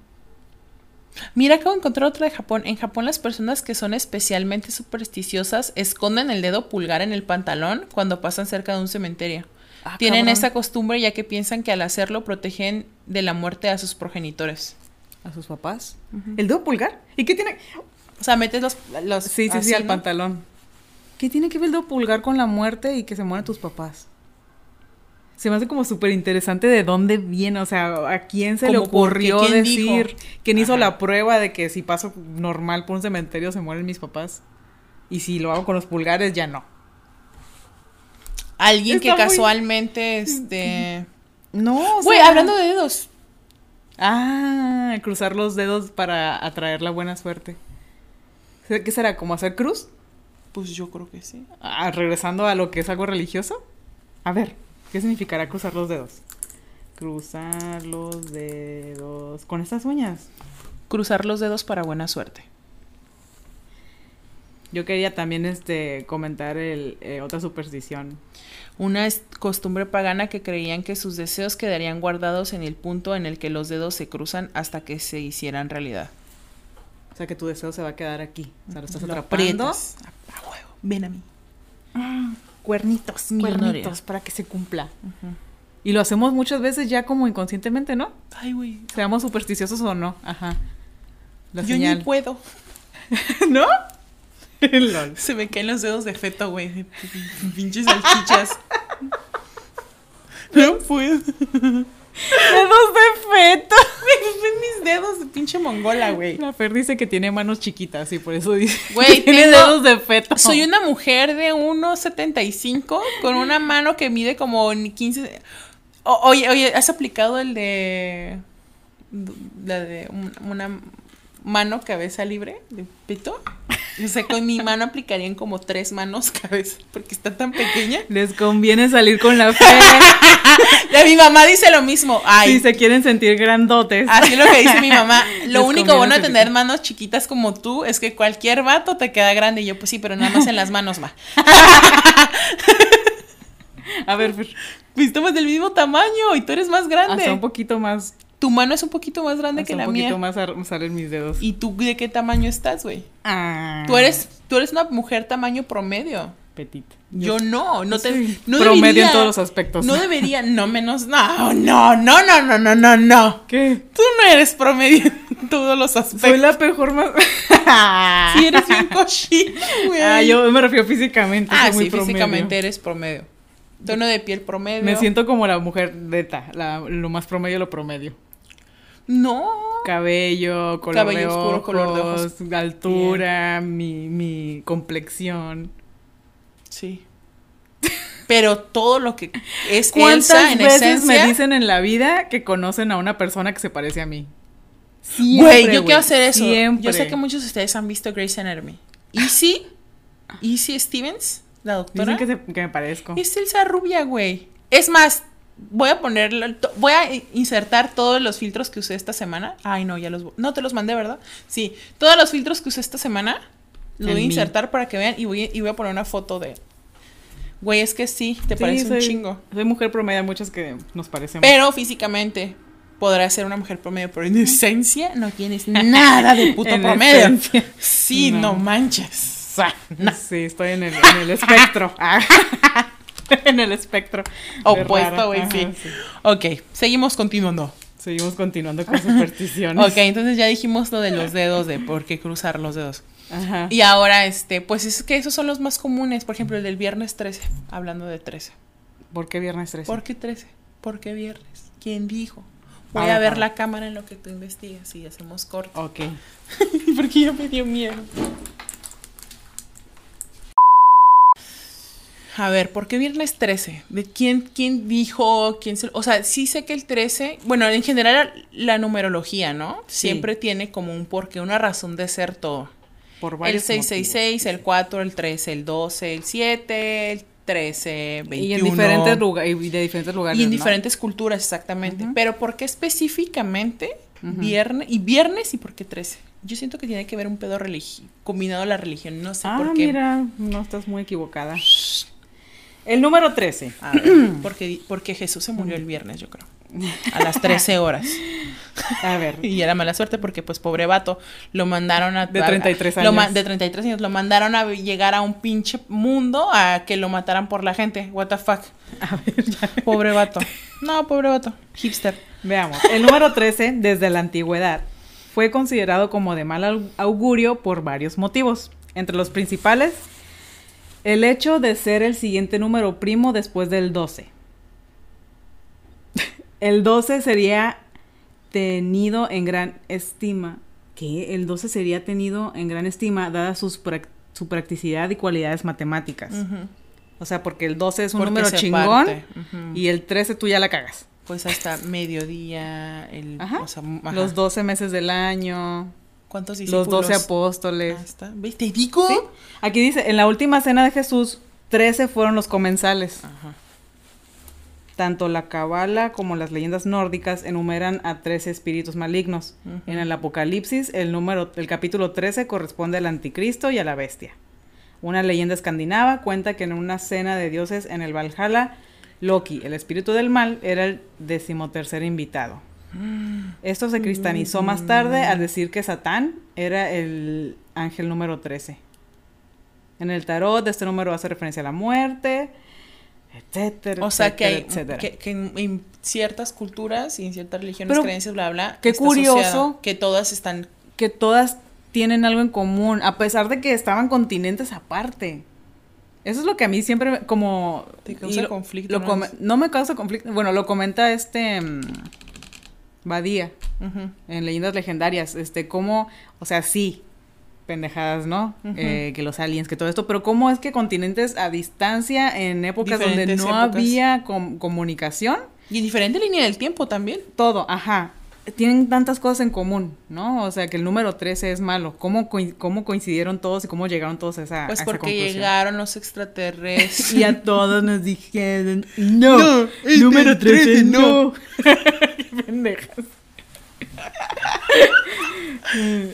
C: Mira, acabo de encontrar otra de Japón. En Japón las personas que son especialmente supersticiosas esconden el dedo pulgar en el pantalón cuando pasan cerca de un cementerio.
B: Ah,
C: Tienen esa costumbre ya que piensan que al hacerlo protegen de la muerte a sus progenitores.
B: a sus papás. ¿El dedo pulgar? ¿Y qué tiene?
C: O sea, metes los... los
B: Sí, sí, sí,
C: así,
B: al
C: ¿no?
B: pantalón. ¿Qué tiene que ver el dedo pulgar con la muerte y que se mueran tus papás? Se me hace como súper interesante de dónde viene, o sea, a quién se le
C: Como por qué,
B: ocurrió
C: ¿quién dijo?
B: decir, quién hizo
C: Ajá.
B: la prueba de que si paso normal por un cementerio se mueren mis papás. Y si lo hago con los pulgares, ya no.
C: Alguien que
B: Está muy-
C: casualmente, este...
B: No,
C: Güey, hablando de dedos.
B: Ah, cruzar los dedos para atraer la buena suerte. ¿Qué será? ¿Como hacer cruz?
C: Pues yo creo que sí.
B: Ah, regresando a lo que es algo religioso. A ver, ¿qué significará cruzar los dedos? Cruzar los dedos. Con estas uñas.
C: Cruzar los dedos para buena suerte.
B: Yo quería también este comentar el, eh, otra superstición.
C: Una es- costumbre pagana que creían que sus deseos quedarían guardados en el punto en el que los dedos se cruzan hasta que se hicieran realidad.
B: O sea que tu deseo se va a quedar aquí. O sea, lo estás atrapando.
C: aprietas. A, a huevo. Ven a mí.
B: Cuernitos, cuernitos,
C: Millonaria.
B: para que se cumpla. Y lo hacemos muchas veces ya como inconscientemente, ¿no?
C: Ay, güey.
B: Seamos supersticiosos o no. Ajá. La
C: Yo
B: señal.
C: ni puedo. <laughs>
B: <laughs> ¿No? Lol.
C: Se me caen los dedos de feto, güey. Pinches
B: <laughs>
C: salchichas. no puedo.
B: <laughs> Dedos de
C: <laughs>
B: feto.
C: Ven mis dedos de pinche mongola, güey.
B: La Fer dice que tiene manos chiquitas y por eso dice.
C: Güey,
B: tiene
C: tengo-
B: dedos de feto.
C: Soy una mujer de 1,75 con una mano que mide como ni 15. O- oye, oye, ¿has aplicado el de. la de un- una mano cabeza libre? ¿De pito? O sea, con mi mano aplicarían como tres manos cabeza, porque está tan pequeña.
B: Les conviene salir
C: <laughs>
B: con la fe.
C: Ya mi mamá dice lo mismo. Ay, Ah.
B: si se quieren sentir grandotes.
C: así es lo que dice mi <laughs> mamá. Lo
B: Les
C: único bueno de
B: conviene
C: tener manos chiquitas como tú es que cualquier vato te queda grande. Y yo, pues sí, pero nada más en las manos va.
B: A ver, Fer,
C: <laughs> Pues tomas del mismo tamaño y tú eres más grande.
B: hasta un poquito más.
C: tu mano es un poquito más grande
B: hasta
C: que la
B: un poquito
C: mía.
B: más ar- salen mis dedos.
C: ¿Y tú de qué tamaño estás, güey?
B: Ah.
C: Tú eres, tú eres una mujer tamaño promedio.
B: Petit.
C: Yo no, no te.
B: soy
C: No
B: promedio
C: debería-
B: en todos los aspectos.
C: No debería, no menos. No, no, no, no, no, no, no, no.
B: <laughs> ¿Qué?
C: Tú no eres promedio en todos los
B: Soy
C: aspectos.
B: la mejor más. <laughs>
C: Sí, eres bien cochino, güey.
B: Ah, yo me refiero físicamente.
C: Ah,
B: soy muy
C: sí,
B: promedio.
C: físicamente eres promedio. Tono de piel promedio.
B: Me siento como la mujer neta, la- lo más promedio, lo promedio.
C: No.
B: Cabello, color
C: Cabello
B: de
C: oscuro,
B: ojos,
C: color de
B: altura, mi, mi complexión.
C: Sí. Pero todo lo que es
B: ¿Cuántas
C: Elsa en
B: veces
C: esencia.
B: me dicen en la vida que conocen a una persona que se parece a mí?
C: Güey,
B: Siempre,
C: yo quiero hacer eso.
B: Siempre.
C: Yo sé que muchos de ustedes han visto Grey's Anatomy. Easy, Easy Stevens, la doctora.
B: Dicen que, se- que me parezco.
C: Es Elsa rubia, güey. Es más, voy a ponerlo, to- voy a i- insertar todos los filtros que usé esta semana. Ay, no, ya los, vo- no te los mandé, ¿verdad? Sí, todos los filtros que usé esta semana los
B: En
C: voy a
B: mí.
C: insertar para que vean y voy, y voy a poner una foto de, güey, es que sí, te
B: Sí,
C: parece
B: soy-
C: un chingo.
B: Soy mujer promedio, hay muchas que nos parecemos.
C: Pero físicamente podrá ser una mujer promedio, pero en esencia no tienes nada de <laughs> puto
B: En
C: promedio.
B: esencia.
C: Sí, no,
B: No.
C: manches. O sea, na-
B: <laughs> Sí, estoy en el, en el espectro. <laughs> Ah, en el espectro. De rara.
C: Opuesto, güey,
B: Ajá,
C: sí. Ok, seguimos continuando.
B: Seguimos continuando con supersticiones.
C: <laughs> Ok, entonces ya dijimos lo de los dedos, de por qué cruzar los dedos.
B: Ajá.
C: Y ahora, este, pues es que esos son los más comunes. Por ejemplo, el del viernes 13, hablando de 13.
B: ¿Por qué viernes 13?
C: ¿Por qué 13? ¿Por qué viernes? ¿Quién dijo? Voy
B: Ahora,
C: a ver
B: ahora.
C: la cámara en lo que tú investigas y hacemos corto.
B: Ok.
C: <laughs> Porque ya me dio miedo. A ver, ¿por qué viernes 13? ¿De quién, quién dijo? Quién se- o sea, sí sé que el 13, bueno, en general la numerología, ¿no?
B: Sí.
C: Siempre tiene como un porqué, una razón de ser todo.
B: Por
C: El
B: varios
C: 666, el 4, el 13, el 12, el 7, el 13, 21.
B: Y en diferentes lugares. Y de diferentes lugares.
C: Y en
B: ¿no?
C: diferentes culturas, exactamente.
B: Ujú.
C: Pero ¿por qué específicamente
B: Ujú.
C: viernes? ¿Y viernes y por qué 13? Yo siento que tiene que ver un pedo religi- combinado a la religión. No sé
B: Ah,
C: por qué.
B: mira, no estás muy equivocada. El número 13.
C: A
B: <clears throat>
C: ver, porque, porque Jesús se murió el viernes, yo
B: <laughs>
C: creo. A las 13 horas.
B: A ver.
C: <laughs> Y era mala suerte porque, pues, pobre vato, lo mandaron a...
B: De
C: a-
B: 33
C: lo ma-
B: años.
C: de 33 años. Lo mandaron a llegar a un pinche mundo a que lo mataran por la gente. What the fuck.
B: A ver, ya.
C: Pobre
B: <laughs>
C: vato. No, pobre vato. Hipster.
B: Veamos, el número 13 desde la antigüedad fue considerado como de mal au- augurio por varios motivos. Entre los principales, el hecho de ser el siguiente número primo después del 12. <laughs> El 12 sería tenido en gran estima. ¿Qué? El 12 sería tenido en gran estima dada sus prac- su practicidad y cualidades matemáticas.
C: Ujú.
B: O sea, porque el 12 es un
C: Mm. Porque
B: número
C: se
B: chingón
C: parte. Ujú.
B: y el 13 tú ya la cagas.
C: pues hasta mediodía, el,
B: Ajá.
C: o sea, m- ajá.
B: Los 12 meses del año,
C: ¿Cuántos
B: los 12
C: discípulos?
B: apóstoles.
C: Ah, está. ¿Ves? Te digo.
B: ¿Sí? Aquí dice, en la última cena de Jesús, 13 fueron los comensales.
C: Ajá.
B: Tanto la cabala como las leyendas nórdicas enumeran a 13 espíritus malignos.
C: Ujú.
B: En el Apocalipsis, el número el capítulo 13 corresponde al anticristo y a la bestia. Una leyenda escandinava cuenta que en una cena de dioses en el Valhalla, Loki, el espíritu del mal, era el
C: <gasps>
B: decimotercer invitado. Esto se cristianizó más tarde al decir que Satán era el ángel número 13. En el tarot, este número hace referencia a la muerte, etcétera.
C: O sea que hay
B: etcétera, etcétera.
C: que, que en, en ciertas culturas y en ciertas religiones,
B: Pero,
C: creencias, bla, bla.
B: qué
C: está asociado
B: curioso.
C: Que todas están.
B: que todas tienen algo en común, a pesar de que estaban continentes aparte. Eso es lo que a mí siempre me- como...
C: Te causa
B: y lo-
C: conflicto,
B: lo
C: ¿no?
B: come- no me causa conflicto. Bueno, lo comenta este... mm, Badía,
C: Ujú.
B: en Leyendas Legendarias, este, cómo... O sea, sí, pendejadas, ¿no?
C: Ujú.
B: Eh, que los aliens, que todo esto, pero cómo es que continentes a distancia, en épocas donde
C: Diferentes
B: no
C: épocas.
B: había com- comunicación,
C: Y en diferente línea del tiempo también.
B: todo, ajá. tienen tantas cosas en común, ¿no? O sea, que el número 13 es malo. ¿Cómo, coin- cómo coincidieron todos y cómo llegaron todos a Ah, esa,
C: Pues
B: a esa
C: porque
B: conclusión?
C: llegaron los extraterrestres.
B: Y a todos nos dijeron, <laughs>
C: <laughs>
B: no,
C: No, este
B: número 13,
C: 13
B: no.
C: no.
B: <laughs>
C: <laughs>
B: Qué pendejas.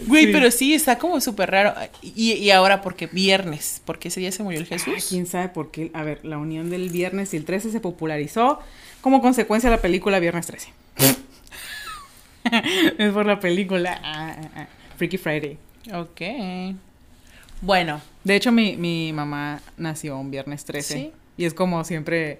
C: Güey,
B: Sí.
C: pero sí, está como súper raro. Y, y ahora, porque viernes, porque ese día se murió el
B: Ah,
C: Jesús.
B: ¿Quién sabe por qué? A ver, la unión del viernes y el 13 se popularizó como consecuencia de la película Viernes 13. <laughs> es por la película ah, ah, ah, Freaky Friday.
C: Ok. Bueno,
B: De hecho, mi, mi mamá nació un viernes 13.
C: Sí.
B: Y es como siempre,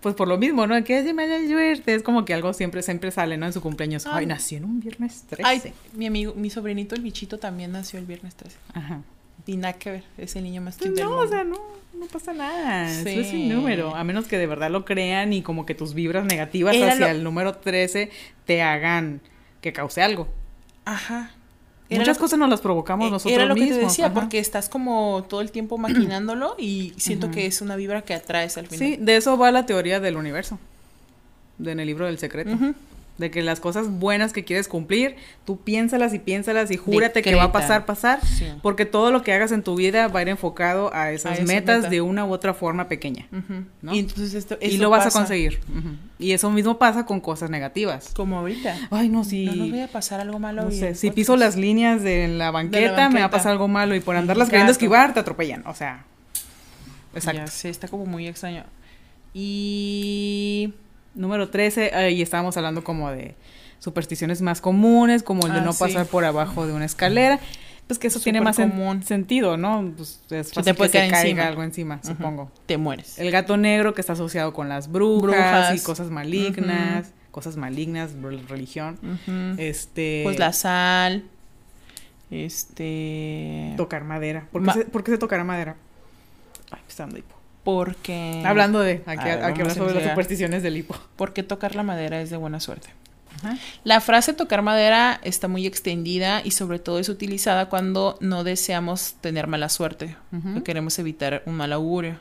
B: pues por lo mismo, ¿no? Que es de mala suerte. Es como que algo siempre, siempre sale, ¿no? En su cumpleaños.
C: Ah.
B: Ay, nació en un viernes 13.
C: ay, mi amigo, mi sobrinito el bichito también nació el viernes 13.
B: Ajá.
C: Y nada que ver, es el niño más cute del
B: pues No, o
C: mundo.
B: sea, no, no pasa nada. Eso es
C: Sí.
B: un número. A menos que de verdad lo crean y como que tus vibras negativas
C: Era
B: hacia
C: lo-
B: el número 13 te hagan que cause algo.
C: Ajá. Era
B: Muchas
C: lo-
B: cosas nos las provocamos
C: eh,
B: nosotros
C: Era lo que
B: mismos.
C: te decía,
B: ajá.
C: porque estás como todo el
B: <clears throat>
C: tiempo maquinándolo y siento
B: Ajá.
C: que es una vibra que atraes al
B: Sí,
C: final.
B: de eso va la teoría del universo. De en el libro del secreto.
C: Ujú.
B: De que las cosas buenas que quieres cumplir, tú piénsalas y piénsalas y júrate que va a
C: Decreta.
B: pasar, pasar.
C: Sí.
B: Porque todo lo que hagas en tu vida va a ir enfocado a esas
C: esa
B: metas
C: meta.
B: de una u otra forma pequeña.
C: Ujú.
B: ¿No?
C: Y entonces esto,
B: Y
C: eso
B: lo vas
C: pasa,
B: a conseguir. Ujú. Y eso mismo pasa con cosas negativas.
C: Como ahorita.
B: Ay, no, si,
C: No nos voy a pasar algo malo.
B: no
C: hoy eh.
B: sé,
C: en
B: si
C: el
B: piso
C: podcast.
B: las líneas de la, banqueta, me va a
C: banqueta.
B: pasar algo malo y por
C: Y
B: andarlas queriendo
C: gato.
B: esquivar te atropellan. O sea, exacto.
C: Ya sé, está como muy extraño. Y.
B: Número 13, ahí estábamos hablando como de supersticiones más comunes, como el de
C: Ah,
B: no
C: sí.
B: pasar por abajo de una escalera. Pues que eso tiene
C: Súper
B: más sen-
C: común.
B: sentido, ¿no? Pues es
C: te
B: fácil
C: puede
B: que se
C: caer
B: caiga
C: encima.
B: algo encima, supongo.
C: Te mueres.
B: El gato negro que está asociado con las brujas,
C: Brujas.
B: y cosas malignas, cosas malignas, rel- religión.
C: Ujú.
B: Este.
C: Pues la sal. Este.
B: Tocar madera. ¿Por qué,
C: Ma-
B: se, por qué se tocará madera? Ay, pues ando hipo.
C: Porque.
B: Hablando de. Hay
C: Eh, a
B: que,
C: ver,
B: hay que hablar
C: vamos a
B: sobre las
C: investigar.
B: supersticiones del hipo.
C: Porque tocar la madera es de buena suerte. La frase tocar madera está muy extendida y sobre todo es utilizada cuando no deseamos tener mala suerte
B: Ujú.
C: o queremos evitar un mal augurio.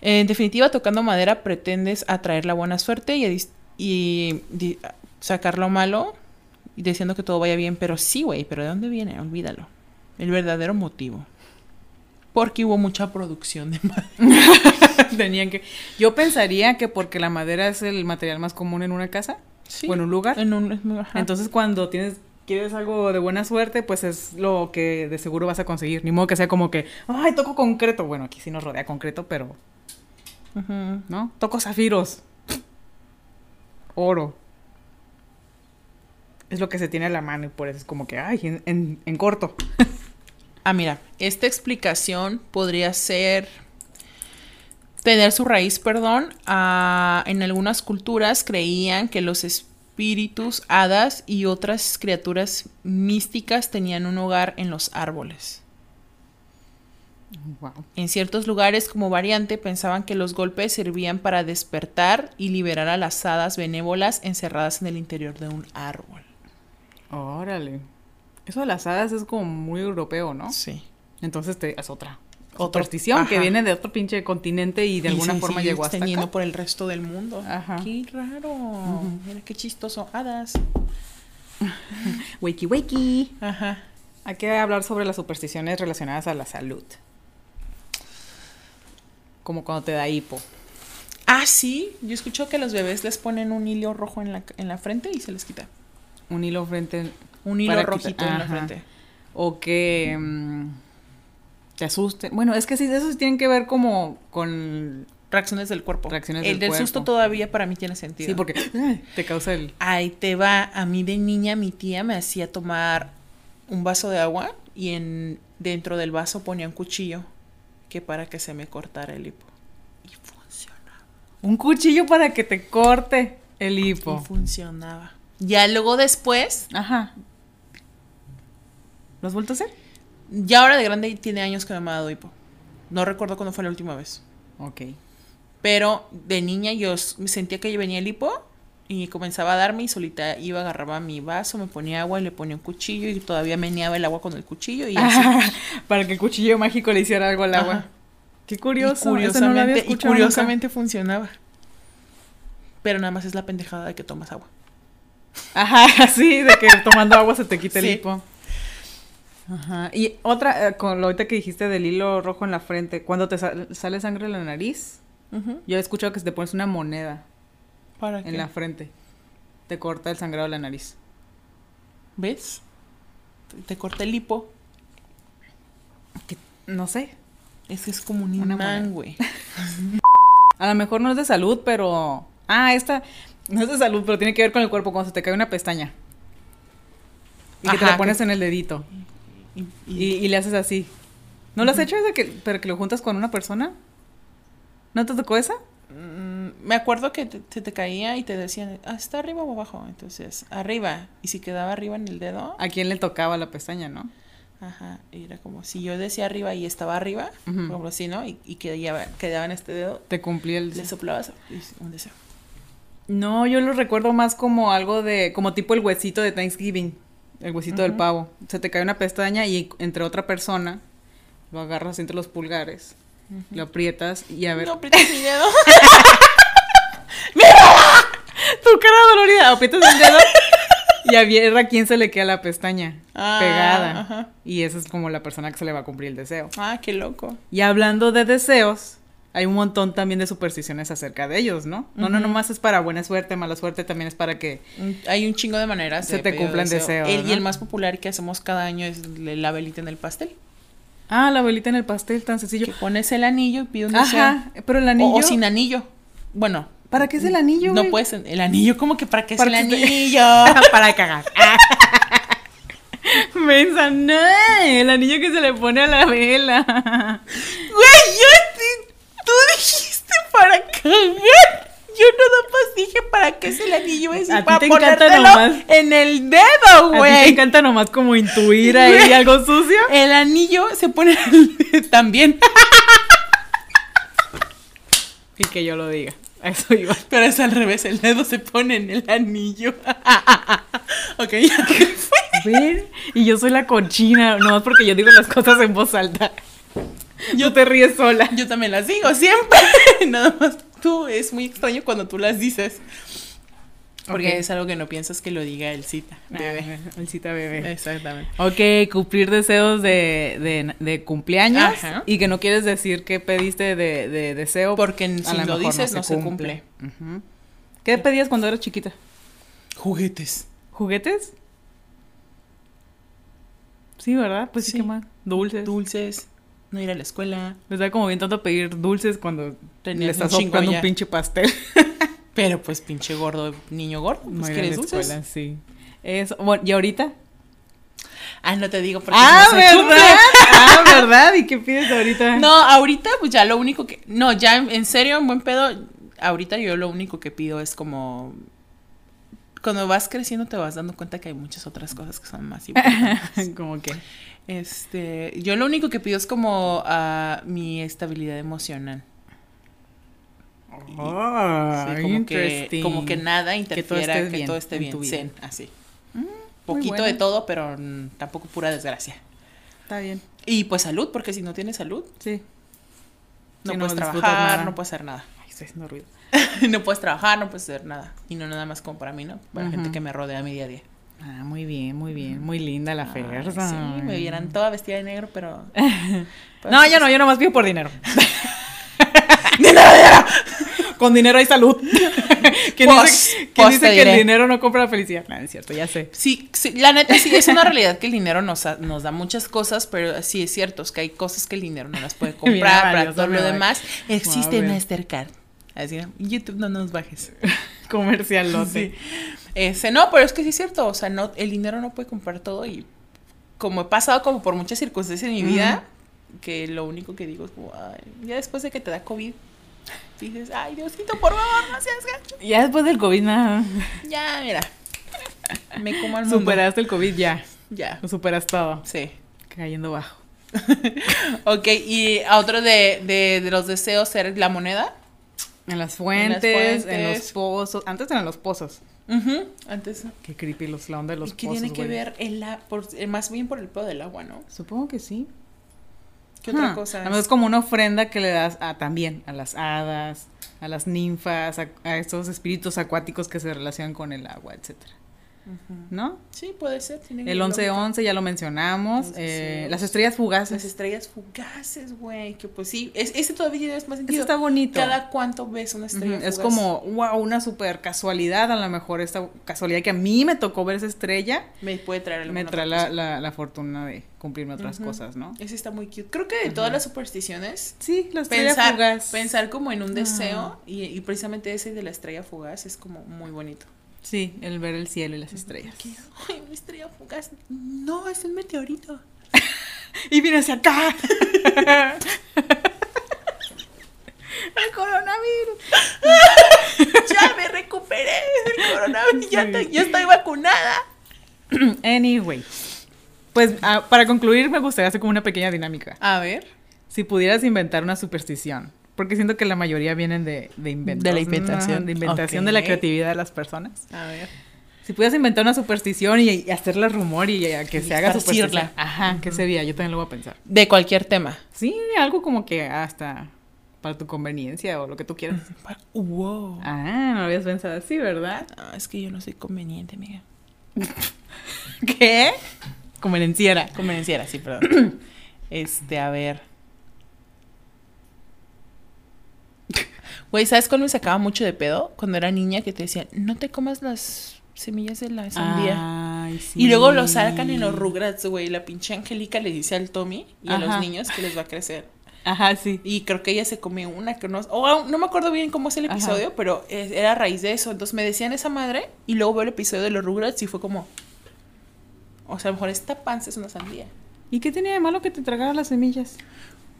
C: En definitiva, tocando madera pretendes atraer la buena suerte y, adis- y di- sacar lo malo y diciendo que todo vaya bien, pero sí, güey, pero ¿de dónde viene? Olvídalo. El verdadero motivo. Porque hubo mucha producción de madera.
B: <laughs> Tenían que. Yo pensaría que porque la madera es el material más común en una casa o en un lugar.
C: En un- ajá.
B: Entonces cuando tienes quieres algo de buena suerte, pues es lo que de seguro vas a conseguir. Ni modo que sea como que, ay, toco concreto. Bueno, aquí sí nos rodea concreto, pero
C: Ujú.
B: ¿no? Toco zafiros. Oro. Es lo que se tiene a la mano y por eso es como que, ay, en, en- en corto.
C: Ah, mira, esta explicación podría ser tener su raíz, perdón, a- en algunas culturas creían que los espíritus, hadas y otras criaturas místicas tenían un hogar en los árboles.
B: Wow.
C: En ciertos lugares, como variante, pensaban que los golpes servían para despertar y liberar a las hadas benévolas encerradas en el interior de un árbol.
B: Órale. Eso de las hadas es como muy europeo, ¿no?
C: Sí.
B: Entonces te, es otra.
C: Otro-
B: Superstición que
C: ajá.
B: viene de otro pinche continente y de
C: Y
B: alguna
C: se
B: forma
C: sigue
B: llegó hasta
C: extendiendo
B: acá.
C: por el resto del mundo.
B: Ajá.
C: Qué raro. Mira qué chistoso. Hadas.
B: Wakey wakey.
C: Ajá.
B: Hay que hablar sobre las supersticiones relacionadas a la salud. Como cuando te da hipo.
C: Ah, sí. Yo escucho que a los bebés les ponen un hilo rojo en la, en la frente y se les quita.
B: Un hilo frente.
C: Un hilo
B: Para
C: rojito
B: quitar-
C: en la
B: ajá.
C: frente.
B: O que mm, te asuste. Bueno, es que sí, esos tienen que ver como con.
C: Reacciones del cuerpo.
B: Reacciones
C: el
B: del
C: del susto
B: cuerpo.
C: todavía para mí tiene sentido.
B: Sí, porque ay, te causa el.
C: Ahí te va. A mí de niña mi tía me hacía tomar un vaso de agua y en dentro del vaso ponía un cuchillo que para que se me cortara el hipo. Y funcionaba.
B: Un cuchillo para que te corte el
C: Y
B: hipo.
C: funcionaba. Ya luego después,
B: Ajá. ¿Lo has vuelto a hacer?
C: ya ahora de grande tiene años que no me ha dado hipo. No recuerdo cuándo fue la última vez.
B: Ok.
C: Pero de niña yo s- sentía que venía el hipo y comenzaba a darme y solita iba, agarraba mi vaso, me ponía agua y le ponía un cuchillo y todavía meneaba el agua con el cuchillo
B: <laughs>
C: y así.
B: para que el cuchillo mágico le hiciera algo al agua.
C: Ajá.
B: Qué
C: Y
B: curioso. eso no lo había
C: curiosamente, y
B: escuchado nunca.
C: curiosamente funcionaba. Pero nada más es la pendejada de que tomas agua.
B: Ajá, <laughs> sí, de que tomando agua se te quita el
C: Sí.
B: hipo. Ajá. Y otra, eh, con lo ahorita que dijiste del hilo rojo en la frente, cuando te sa- sale sangre en la nariz,
C: Ujú.
B: yo he escuchado que si te pones una moneda
C: ¿Para qué?
B: en la frente, te corta el sangrado de la nariz.
C: ¿Ves? Te- Te corta el hipo.
B: No sé.
C: Es que es como un
B: Una moneda.
C: imán,
B: <laughs>
C: güey.
B: A lo mejor no es de salud, pero. Ah, esta no es de salud, pero tiene que ver con el cuerpo, cuando se te cae una pestaña. Y que te
C: Ajá,
B: la pones en el dedito.
C: Y- y-
B: Y, y le haces así. ¿No lo has hecho desde que, pero que lo juntas con una persona? ¿No te tocó esa?
C: Mm, Me acuerdo que te, se te caía y te decían, "Ah, ¿está arriba o abajo? Entonces, arriba. Y si quedaba arriba en el dedo,
B: ¿A quién le tocaba la pestaña, no?
C: ajá, era como si yo decía arriba y estaba arriba,
B: Ujú.
C: por ejemplo, así, ¿no? Y, y quedaba, quedaba en este dedo,
B: Te cumplí el...
C: le soplabas y un deseo.
B: No, yo lo recuerdo más como algo de... Como tipo el huesito de Thanksgiving. El huesito del
C: Ujú.
B: pavo. Se te cae una pestaña y entre otra persona lo agarras entre los pulgares, lo aprietas y a ver...
C: No aprietas mi
B: <laughs>
C: dedo.
B: Tu cara dolorida, aprietas el dedo y a ver a quién se le queda la pestaña
C: Ah,
B: pegada.
C: ajá.
B: Y esa es como la persona que se le va a cumplir el deseo.
C: Ah, qué loco.
B: Y hablando de deseos, hay un montón también de supersticiones acerca de ellos, ¿no? No, no,
C: Ujú.
B: nomás es para buena suerte, mala suerte, también es para que...
C: Un- Mm, Hay un chingo de maneras.
B: Se
C: de
B: te
C: pedir
B: cumplen deseos,
C: El-
B: ¿no?
C: Y el más popular que hacemos cada año es le- la velita en el pastel.
B: Ah, la abuelita en el pastel, tan sencillo.
C: Que pones el anillo y pide un deseo.
B: Ajá, pero el
C: O-
B: anillo...
C: O, sin anillo. Bueno.
B: ¿Para qué es el anillo,
C: No
B: güey?
C: puedes. El anillo, como que para qué es
B: Para
C: el
B: que te- <laughs>
C: anillo.
B: para cagar. <laughs> Mensa, no, el anillo que se le pone a la vela.
C: Güey, yo te- tú dijiste para cagar. Yo nada más dije para qué es el anillo ese.
B: A ti
C: para
B: te encanta
C: ponértelo
B: nomás.
C: en el dedo,
B: A ti te
C: güey.
B: encanta nomás como intuir ahí
C: Güey.
B: algo sucio.
C: El anillo se pone <laughs> también.
B: Y que yo lo diga. A Eso iba.
C: Pero es al revés, el dedo se pone en el anillo. <laughs> ok, ya te fue.
B: Ver, y yo soy la cochina, nomás porque yo digo las cosas en voz alta. Yo te ríes sola.
C: Yo también las digo siempre. <laughs> Nada más tú es muy extraño cuando tú las dices. Porque
B: Ok. Ah,
C: es algo que no piensas que lo diga el cita. Bebé.
B: Alcita bebé.
C: Exactamente.
B: Ok, cumplir deseos de, de- de cumpleaños
C: Ajá.
B: y que no quieres decir qué pediste de, de deseo.
C: Porque
B: a
C: si lo
B: mejor
C: dices, no se cumple.
B: Ujú. ¿Qué pedías cuando eras chiquita?
C: Juguetes.
B: ¿Juguetes? Sí, ¿verdad? Pues sí,
C: Sí.
B: ¿qué más? Dulces.
C: Dulces, no ir a la escuela.
B: Me da como bien tanto pedir dulces cuando
C: Tenías
B: le estás
C: un chingo
B: soplando un
C: ya.
B: pinche pastel.
C: <laughs> Pero pues pinche gordo, niño gordo,
B: No
C: pues
B: ir a
C: quieres
B: la
C: dulces.
B: escuela, sí. Eso, bueno, ¿y ahorita?
C: Ah, no te digo porque
B: Ah,
C: no se
B: ¿verdad? ah, ¿verdad? ¿Y qué pides ahorita?
C: No, ahorita pues ya lo único que... No, ya en en serio, en buen pedo, ahorita yo lo único que pido es como... Cuando vas creciendo te vas dando cuenta que hay muchas otras cosas que son más importantes.
B: <laughs> <laughs> como que.
C: Este, yo lo único que pido es como ah, mi estabilidad emocional.
B: Ah,
C: Sí, como, que, como que nada interfiera,
B: esté
C: que
B: bien
C: todo esté
B: en
C: bien,
B: tu vida. Mm,
C: zen, así.
B: muy
C: Poquito de
B: bueno.
C: todo, pero mm, tampoco pura desgracia.
B: Está bien.
C: Y pues salud, porque si no tienes salud,
B: Sí.
C: no
B: Sí, no
C: puedes
B: disfrutas nada.
C: trabajar, no puedes hacer nada.
B: Ay, estoy haciendo ruido.
C: <laughs> no puedes trabajar, no puedes hacer nada. Y no nada más como para mí, ¿no? Para la gente
B: Ujú.
C: que me rodea a mi día a día.
B: Ah, muy bien, muy bien. Muy linda la
C: Ay,
B: Fersa.
C: sí, me vieran toda vestida de negro,
B: <laughs>
C: pero... pues
B: No, yo no, yo nomás pido
C: <laughs>
B: por dinero. <laughs> ¡Dinero, dinero! Con dinero hay
C: <laughs>
B: salud. ¿Quién
C: Pues,
B: dice, quién
C: pues
B: dice
C: te
B: que el
C: diré.
B: dinero no compra la felicidad? No, es cierto, ya sé.
C: Sí, sí, la neta sí, es una realidad que el dinero nos, ha- nos da muchas cosas, pero sí es cierto, es que hay cosas que el dinero no las
B: <laughs>
C: puede
B: Bien
C: comprar, para
B: valioso
C: todo
B: me
C: lo
B: voy.
C: demás existe
B: Wow, bien.
C: Mastercard. Así, ¿no? YouTube no nos bajes.
B: Comercialote.
C: Sí. Este, no, pero es que sí es cierto, o sea, no, el dinero no puede comprar todo y como he pasado como por muchas circunstancias en mi vida, que lo único que digo es como, ay, ya después de que te da COVID, <laughs> dices, ay, Diosito, por favor, no seas gacho.
B: Ya después del COVID, nada.
C: Ya, mira, me como al mundo.
B: Superaste el COVID, ya.
C: Ya,
B: Lo superas todo.
C: sí.
B: Cayendo bajo.
C: Ok, y a otro de, de, de los deseos ser la moneda.
B: En las
C: fuentes,
B: fuentes,
C: en
B: en,
C: los
B: los pozos. Antes eran los pozos.
C: Ujú, Antes.
B: Qué creepy los, la onda de los
C: ¿Y qué
B: pozos.
C: tiene que
B: güey.
C: ver el, a- por, eh, más bien por el pedo del agua, no?
B: Supongo que sí.
C: ¿Qué otra
B: Ah,
C: cosa?
B: además es como una ofrenda que le das a, también a las hadas, a las ninfas, a, a estos espíritus acuáticos que se relacionan con el agua, etcétera. ¿no?
C: Sí, puede ser. tiene
B: El
C: lógica.
B: 11-11 ya lo mencionamos.
C: Entonces,
B: eh,
C: sí,
B: las
C: los-
B: estrellas
C: Las
B: fugaces.
C: estrellas fugaces, güey. Que pues sí, es, ese todavía es más
B: Ese
C: sentido.
B: está bonito.
C: Cada cuánto ves una
B: Ujú,
C: estrella
B: Es
C: fugaz.
B: como, wow, una super casualidad. A lo mejor esta casualidad que a mí me tocó ver esa estrella
C: Me puede traer alguna
B: me trae
C: otra
B: la,
C: cosa.
B: la- la fortuna de cumplirme otras
C: Ujú.
B: cosas, ¿no?
C: Ese está muy cute. Creo que de todas las supersticiones,
B: Sí, la estrella
C: pensar,
B: fugaz.
C: pensar como en un deseo y, y precisamente ese de la estrella fugaz es como muy bonito.
B: Sí, el ver el cielo y las estrellas.
C: ¿Qué? Ay, una estrella fugaz. No, es un meteorito.
B: Y viene hacia acá.
C: <laughs>
B: el coronavirus.
C: ya me recuperé del coronavirus. Ya, te- ya estoy vacunada.
B: Anyway. Pues ah, para concluir me gustaría hacer como una pequeña dinámica.
C: A ver.
B: Si pudieras inventar una superstición, porque siento que la mayoría vienen de, de inventos.
C: De la inventación.
B: De inventación de la
C: Ok.
B: creatividad de las personas.
C: A ver.
B: Si pudieras inventar una superstición y, y hacerla rumor y, eh, que
C: Y
B: se haga
C: esparcirla.
B: superstición. Ajá, ¿qué sería? Yo también lo voy a pensar.
C: De cualquier tema.
B: Sí, algo como que hasta para tu conveniencia o lo que tú quieras.
C: Wow.
B: Ah, no lo habías pensado
C: <laughs>
B: así, ¿verdad?
C: Ah, es que yo no soy conveniente, amiga.
B: ¿Qué? Convenenciera.
C: Convenenciera, sí, perdón. este, a ver. Güey, ¿sabes cuál me sacaba mucho de pedo? Cuando era niña que te decían, no te comas las semillas de la sandía.
B: Ay, Ah, sí.
C: Y luego lo sacan en los rugrats, güey. La pinche Angélica le dice al Tommy y a
B: Ajá.
C: los niños que les va a crecer.
B: Ajá, sí.
C: Y creo que ella se comió una que no... o aún- no me acuerdo bien cómo es el
B: Ajá.
C: episodio, pero es- era a raíz de eso. Entonces me decían esa madre y luego veo el episodio de los Rugrats y fue como... O sea, a lo mejor esta panza es una sandía.
B: ¿Y qué tenía de malo que te tragaras las semillas?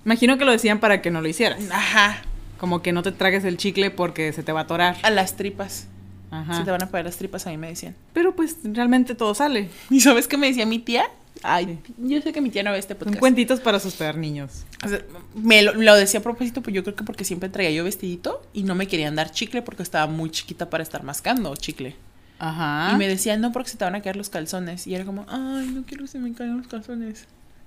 B: Imagino que lo decían para que no lo hicieras.
C: Ajá.
B: Como que no te tragues el chicle porque se te va a atorar.
C: A las tripas. Se te
B: Ajá.
C: van a pagar las tripas, a mí me decían.
B: Pero pues realmente todo sale.
C: ¿Y sabes qué me decía mi tía? Ay, yo sé que mi tía no ve este
B: Son
C: podcast.
B: cuentitos para asustar niños.
C: O sea, me lo, lo decía a propósito, pues yo creo que porque siempre traía yo vestidito y no me querían dar chicle porque estaba muy chiquita para estar mascando chicle.
B: Ajá.
C: Y me decían, no, porque se te van a caer los calzones. Y era como, ay, no quiero que se me caigan los calzones.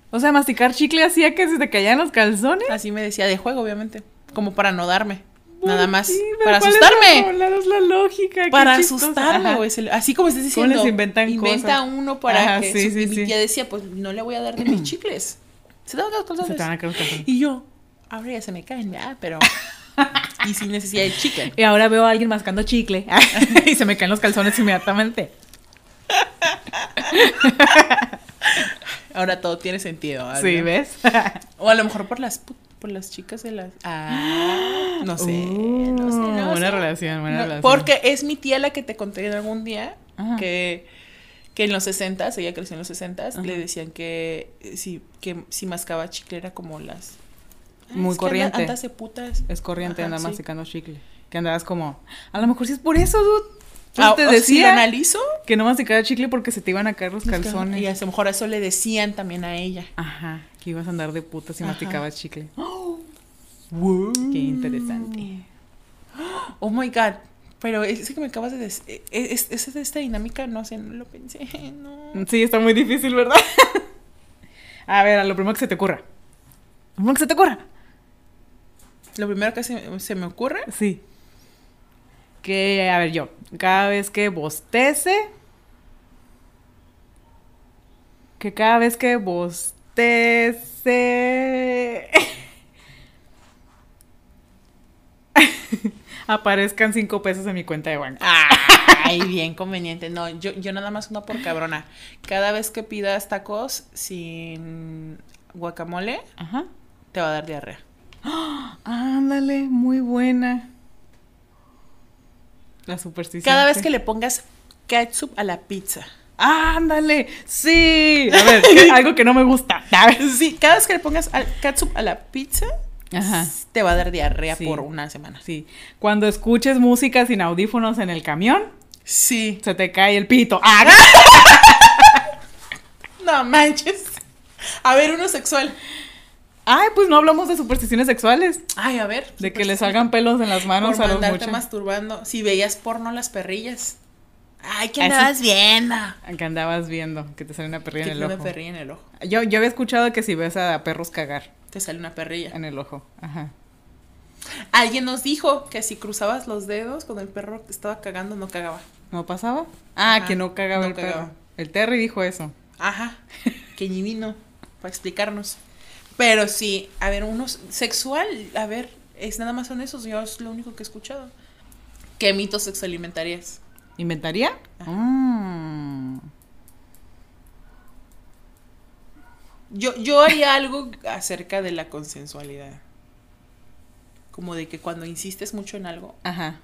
B: O sea, masticar chicle hacía que se te caían los calzones.
C: Así me decía de juego, obviamente. Como para no darme. Nada
B: ¿Por
C: más.
B: qué? ¿Pero
C: Para
B: cuál es
C: asustarme.
B: la- cuál es la lógica? Qué
C: Para
B: chistoso.
C: asustarme,
B: Ajá.
C: güey. Se le- Así como estás
B: ¿Cómo
C: diciendo.
B: les inventan
C: inventa
B: cosas?
C: uno para
B: Ajá,
C: que.
B: sí,
C: su-
B: sí,
C: y mi
B: sí.
C: tía decía, pues no le voy a dar de
B: <laughs>
C: mis chicles. Se te van a caer los
B: Se
C: calzones.
B: te van a caer los calzones.
C: Y yo, ahora ya se me caen, ¿verdad?
B: <laughs>
C: Pero. y sin necesidad de chicle.
B: Y ahora veo a alguien mascando chicle <laughs> y se me caen los calzones inmediatamente.
C: Ahora todo tiene sentido. ¿verdad?
B: Sí, ¿ves?
C: O a lo mejor por las put- por las chicas de las. Ah, no sé. no sé.
B: Uh,
C: No
B: buena
C: sé.
B: relación, buena
C: No,
B: relación.
C: Porque es mi tía la que te conté en algún día
B: Ajá.
C: que, que en los 60 ella creció en los 60
B: Ajá.
C: le decían que eh, si, que si mascaba chicle era como las. "Ay,
B: Muy
C: es que
B: corriente. Pues
C: Anda, andas de putas.
B: es corriente
C: Ajá,
B: andar
C: sí.
B: masticando chicle. Que andabas como, a lo mejor sí es por eso, dude. Yo
C: Ah, o
B: te
C: si lo
B: decía
C: analizo,
B: que no masticara chicle porque se te iban a caer los calzones.
C: Y a lo mejor eso le decían también a
B: <gasps>
C: ella.
B: Ajá, que ibas a andar de puta si
C: Ajá.
B: masticabas chicle.
C: Qué
B: Qué interesante.
C: Oh my god. Pero ese que me acabas de decir, es, es- es esta dinámica, no sé, no lo pensé, <laughs> no.
B: Sí, está muy difícil, ¿verdad? <laughs> a ver, a lo primero que se te ocurra. Lo primero que se te ocurra.
C: Lo primero que se, se me ocurre,
B: Sí. Que, a ver, yo, cada vez que bostece. Que cada vez que bostece. <laughs> aparezcan cinco pesos en mi cuenta de banco.
C: Ay, <laughs> bien conveniente. No, yo, yo nada más una por cabrona. Cada vez que pidas tacos sin guacamole,
B: Ajá.
C: te va a dar diarrea.
B: Ándale, muy buena. La superstición.
C: Cada vez
B: sí.
C: que le pongas ketchup a la pizza.
B: ¡Ándale! ¡Sí!
C: <laughs>
B: A ver, algo que no me gusta. <laughs> Ah,
C: Sí, cada vez que le pongas al- ketchup a la pizza,
B: Ajá.
C: te va a dar diarrea
B: Sí.
C: por una semana.
B: Sí. Cuando escuches música sin audífonos en el camión,
C: Sí.
B: se te cae el pito. ¡Ah!
C: <laughs> No manches. A ver, uno sexual.
B: Ay, pues no hablamos de supersticiones sexuales.
C: Ay, a ver. pues,
B: De que le salgan pelos en las manos
C: Por
B: a los
C: mandarte
B: muchachos.
C: masturbando. Si veías porno las perrillas. Ay, ¿qué
B: Eso-
C: andabas viendo?
B: Ah, Que andabas viendo, que te sale una perrilla
C: Que
B: en el
C: tiene
B: ojo.
C: una perrilla en el ojo.
B: Yo, yo había escuchado que si ves a perros cagar
C: Te sale una perrilla.
B: en el ojo. Ajá.
C: Alguien nos dijo que si cruzabas los dedos cuando el perro estaba cagando no cagaba.
B: ¿No pasaba? Ah,
C: Ajá,
B: que no cagaba
C: no
B: el perro.
C: cagaba.
B: El Terry dijo eso. <laughs>
C: Ajá, que ni vino para explicarnos. Pero sí, a ver, unos sexual, a ver, es nada más son esos, yo es lo único que he escuchado. ¿Qué mitos sexoalimentarías?
B: ¿Inventaría?
C: Ajá.
B: Mm.
C: Yo, yo haría algo acerca de la consensualidad. Como de que cuando insistes mucho en algo,
B: Ajá.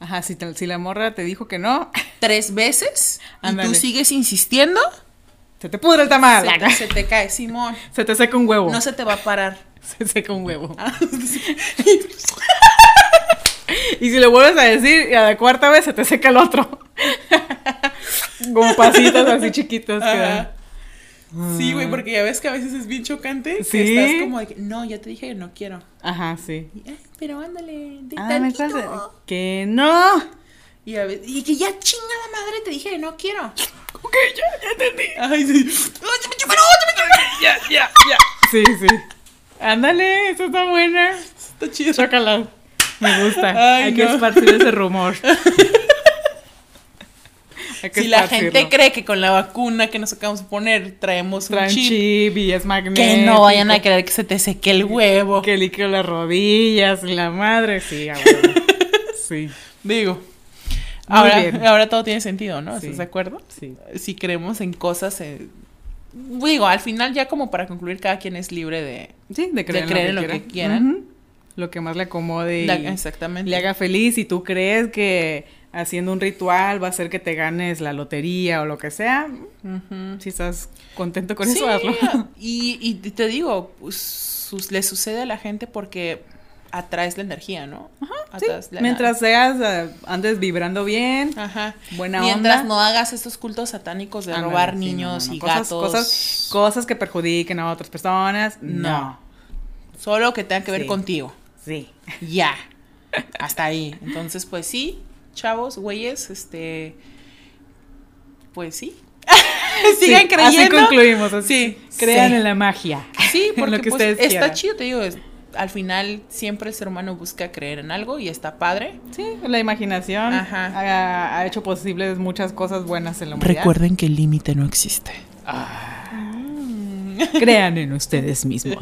B: Ajá, si, te- si la morra te dijo que no, <laughs>
C: tres veces, y
B: Ándale. Ah,
C: tú sigues insistiendo,
B: se te pudre el tamal.
C: se, se te cae, Simón.
B: Se te seca un huevo.
C: No se te va a parar.
B: <laughs> Se seca un huevo. Y si lo vuelves a decir, a la cuarta vez se te seca
C: <laughs>
B: el otro. Como pasitos así chiquitos. que dan.
C: Ajá. Sí, güey, porque ya ves que a veces es bien chocante. Sí.
B: Sí.
C: estás como de que, no, ya te dije que no quiero.
B: Ajá, sí.
C: Y, "Ah, pero ándale, de
B: Ah, me
C: tantito".
B: pasa. Que no.
C: Y, a veces, y que ya chinga la madre, te dije que no
B: <laughs>
C: quiero.
B: Ok, ya, ya entendí.
C: Ay, <laughs> sí. ¡Ay, se me chuparon! ¡Se me chuparon!
B: Ya, ya, ya. Sí, sí. Ándale, eso está buena.
C: Está chido.
B: Chócala. Me gusta.
C: Ay,
B: Hay que
C: no.
B: esparcir
C: <laughs>
B: ese rumor. Hay que
C: Si la gente
B: esparcirlo.
C: cree que con la vacuna que nos acabamos de poner traemos un
B: Traen
C: chip,
B: chip y es magnético.
C: que no vayan a creer que se te seque el huevo.
B: Que líquido las rodillas, la madre. Sí, a huevo.
C: <laughs>
B: Sí.
C: Digo,
B: Muy
C: ahora,
B: bien.
C: ahora todo tiene sentido, ¿no?
B: Sí.
C: ¿Estás de acuerdo?
B: Sí.
C: si creemos en cosas. eh, digo, al final, ya como para concluir, cada quien es libre de.
B: Sí, de creer,
C: creer
B: en lo que quieran. Ujú. Lo que más le acomode y
C: la- exactamente.
B: le haga feliz. Y tú crees que haciendo un ritual va a hacer que te ganes la lotería o lo que sea.
C: Ujú.
B: Si estás contento con
C: Sí, <laughs>
B: eso, hazlo. <laughs>
C: Y, y te digo, pues, sus- le sucede a la gente porque atraes la energía, ¿no?
B: Sí,
C: Atraes la-
B: Mientras seas, eh, andes vibrando bien.
C: Ajá.
B: Buena
C: Mientras
B: onda.
C: no hagas estos cultos satánicos de
B: Ándale,
C: robar
B: sí, no,
C: niños
B: no, no.
C: y
B: Cosas-
C: gatos.
B: Cosas, cosas que perjudiquen a otras personas. No.
C: No. solo que tengan que ver
B: Sí.
C: contigo.
B: Sí. <laughs>
C: Ya. Hasta ahí. Entonces, pues sí, chavos, güeyes, este. Pues sí. Sigan
B: <laughs> Sí, Así
C: creyendo.
B: concluimos.
C: Sí.
B: así. Crean
C: Sí.
B: en la magia.
C: Sí,
B: en
C: porque
B: <laughs> lo que
C: pues,
B: ustedes
C: está
B: quieran.
C: chido, te digo. es- al final, siempre el ser humano busca creer en algo y está padre.
B: Sí, la imaginación
C: Ajá.
B: ha, ha hecho posibles muchas cosas buenas en la humanidad.
C: Recuerden que el límite no existe.
B: <laughs>
C: Ah.
B: Ah.
C: <laughs>
B: Crean en ustedes <laughs> mismos.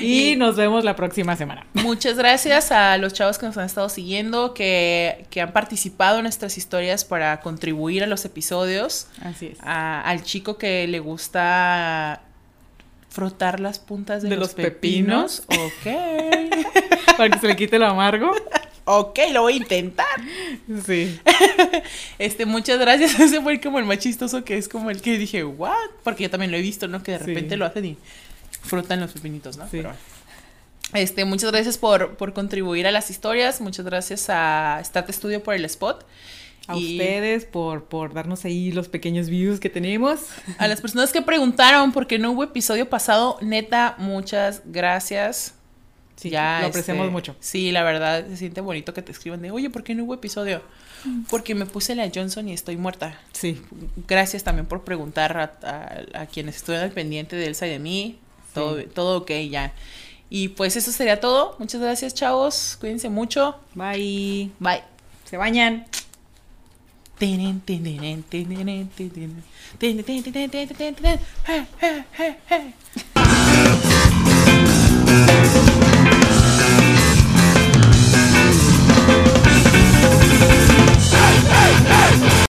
B: Y nos vemos la próxima semana.
C: Muchas gracias a los chavos que nos han estado siguiendo, que, que han participado en nuestras historias para contribuir a los episodios.
B: Así es.
C: a- al chico que le gusta frotar las puntas de,
B: De
C: los,
B: los
C: pepinos.
B: pepinos.
C: Ok.
B: <laughs> Para que se le quite lo amargo.
C: ok, lo voy a intentar.
B: <laughs> Sí.
C: Este, muchas gracias. <laughs> Ese fue como el más chistoso que es como el que dije, ¿what? Porque yo también lo he visto, ¿no? Que de
B: Sí.
C: repente lo hacen y frotan los pepinitos, ¿no?
B: Sí.
C: Pero bueno. este, muchas gracias por, por contribuir a las historias. Muchas gracias a Stat Studio por el spot.
B: A
C: Y-
B: ustedes por, por darnos ahí los pequeños views que tenemos.
C: A las personas que preguntaron por qué no hubo episodio pasado, neta, muchas gracias.
B: Sí,
C: Ya,
B: lo apreciamos
C: este,
B: mucho.
C: Sí, la verdad, se siente bonito que te escriban de, oye, ¿por qué no hubo episodio? Porque me puse la Johnson y estoy muerta.
B: Sí.
C: Gracias también por preguntar a, a- a quienes estuvieron al pendiente de Elsa y de mí. Todo, todo ok, ya. Y pues eso sería todo. Muchas gracias, chavos. Cuídense mucho.
B: Bye.
C: Bye.
B: Se bañan.
C: Tenen, tenen, tenen, tenen, tenen, tenen, tenen, tenen, tenen, tenen, tenen.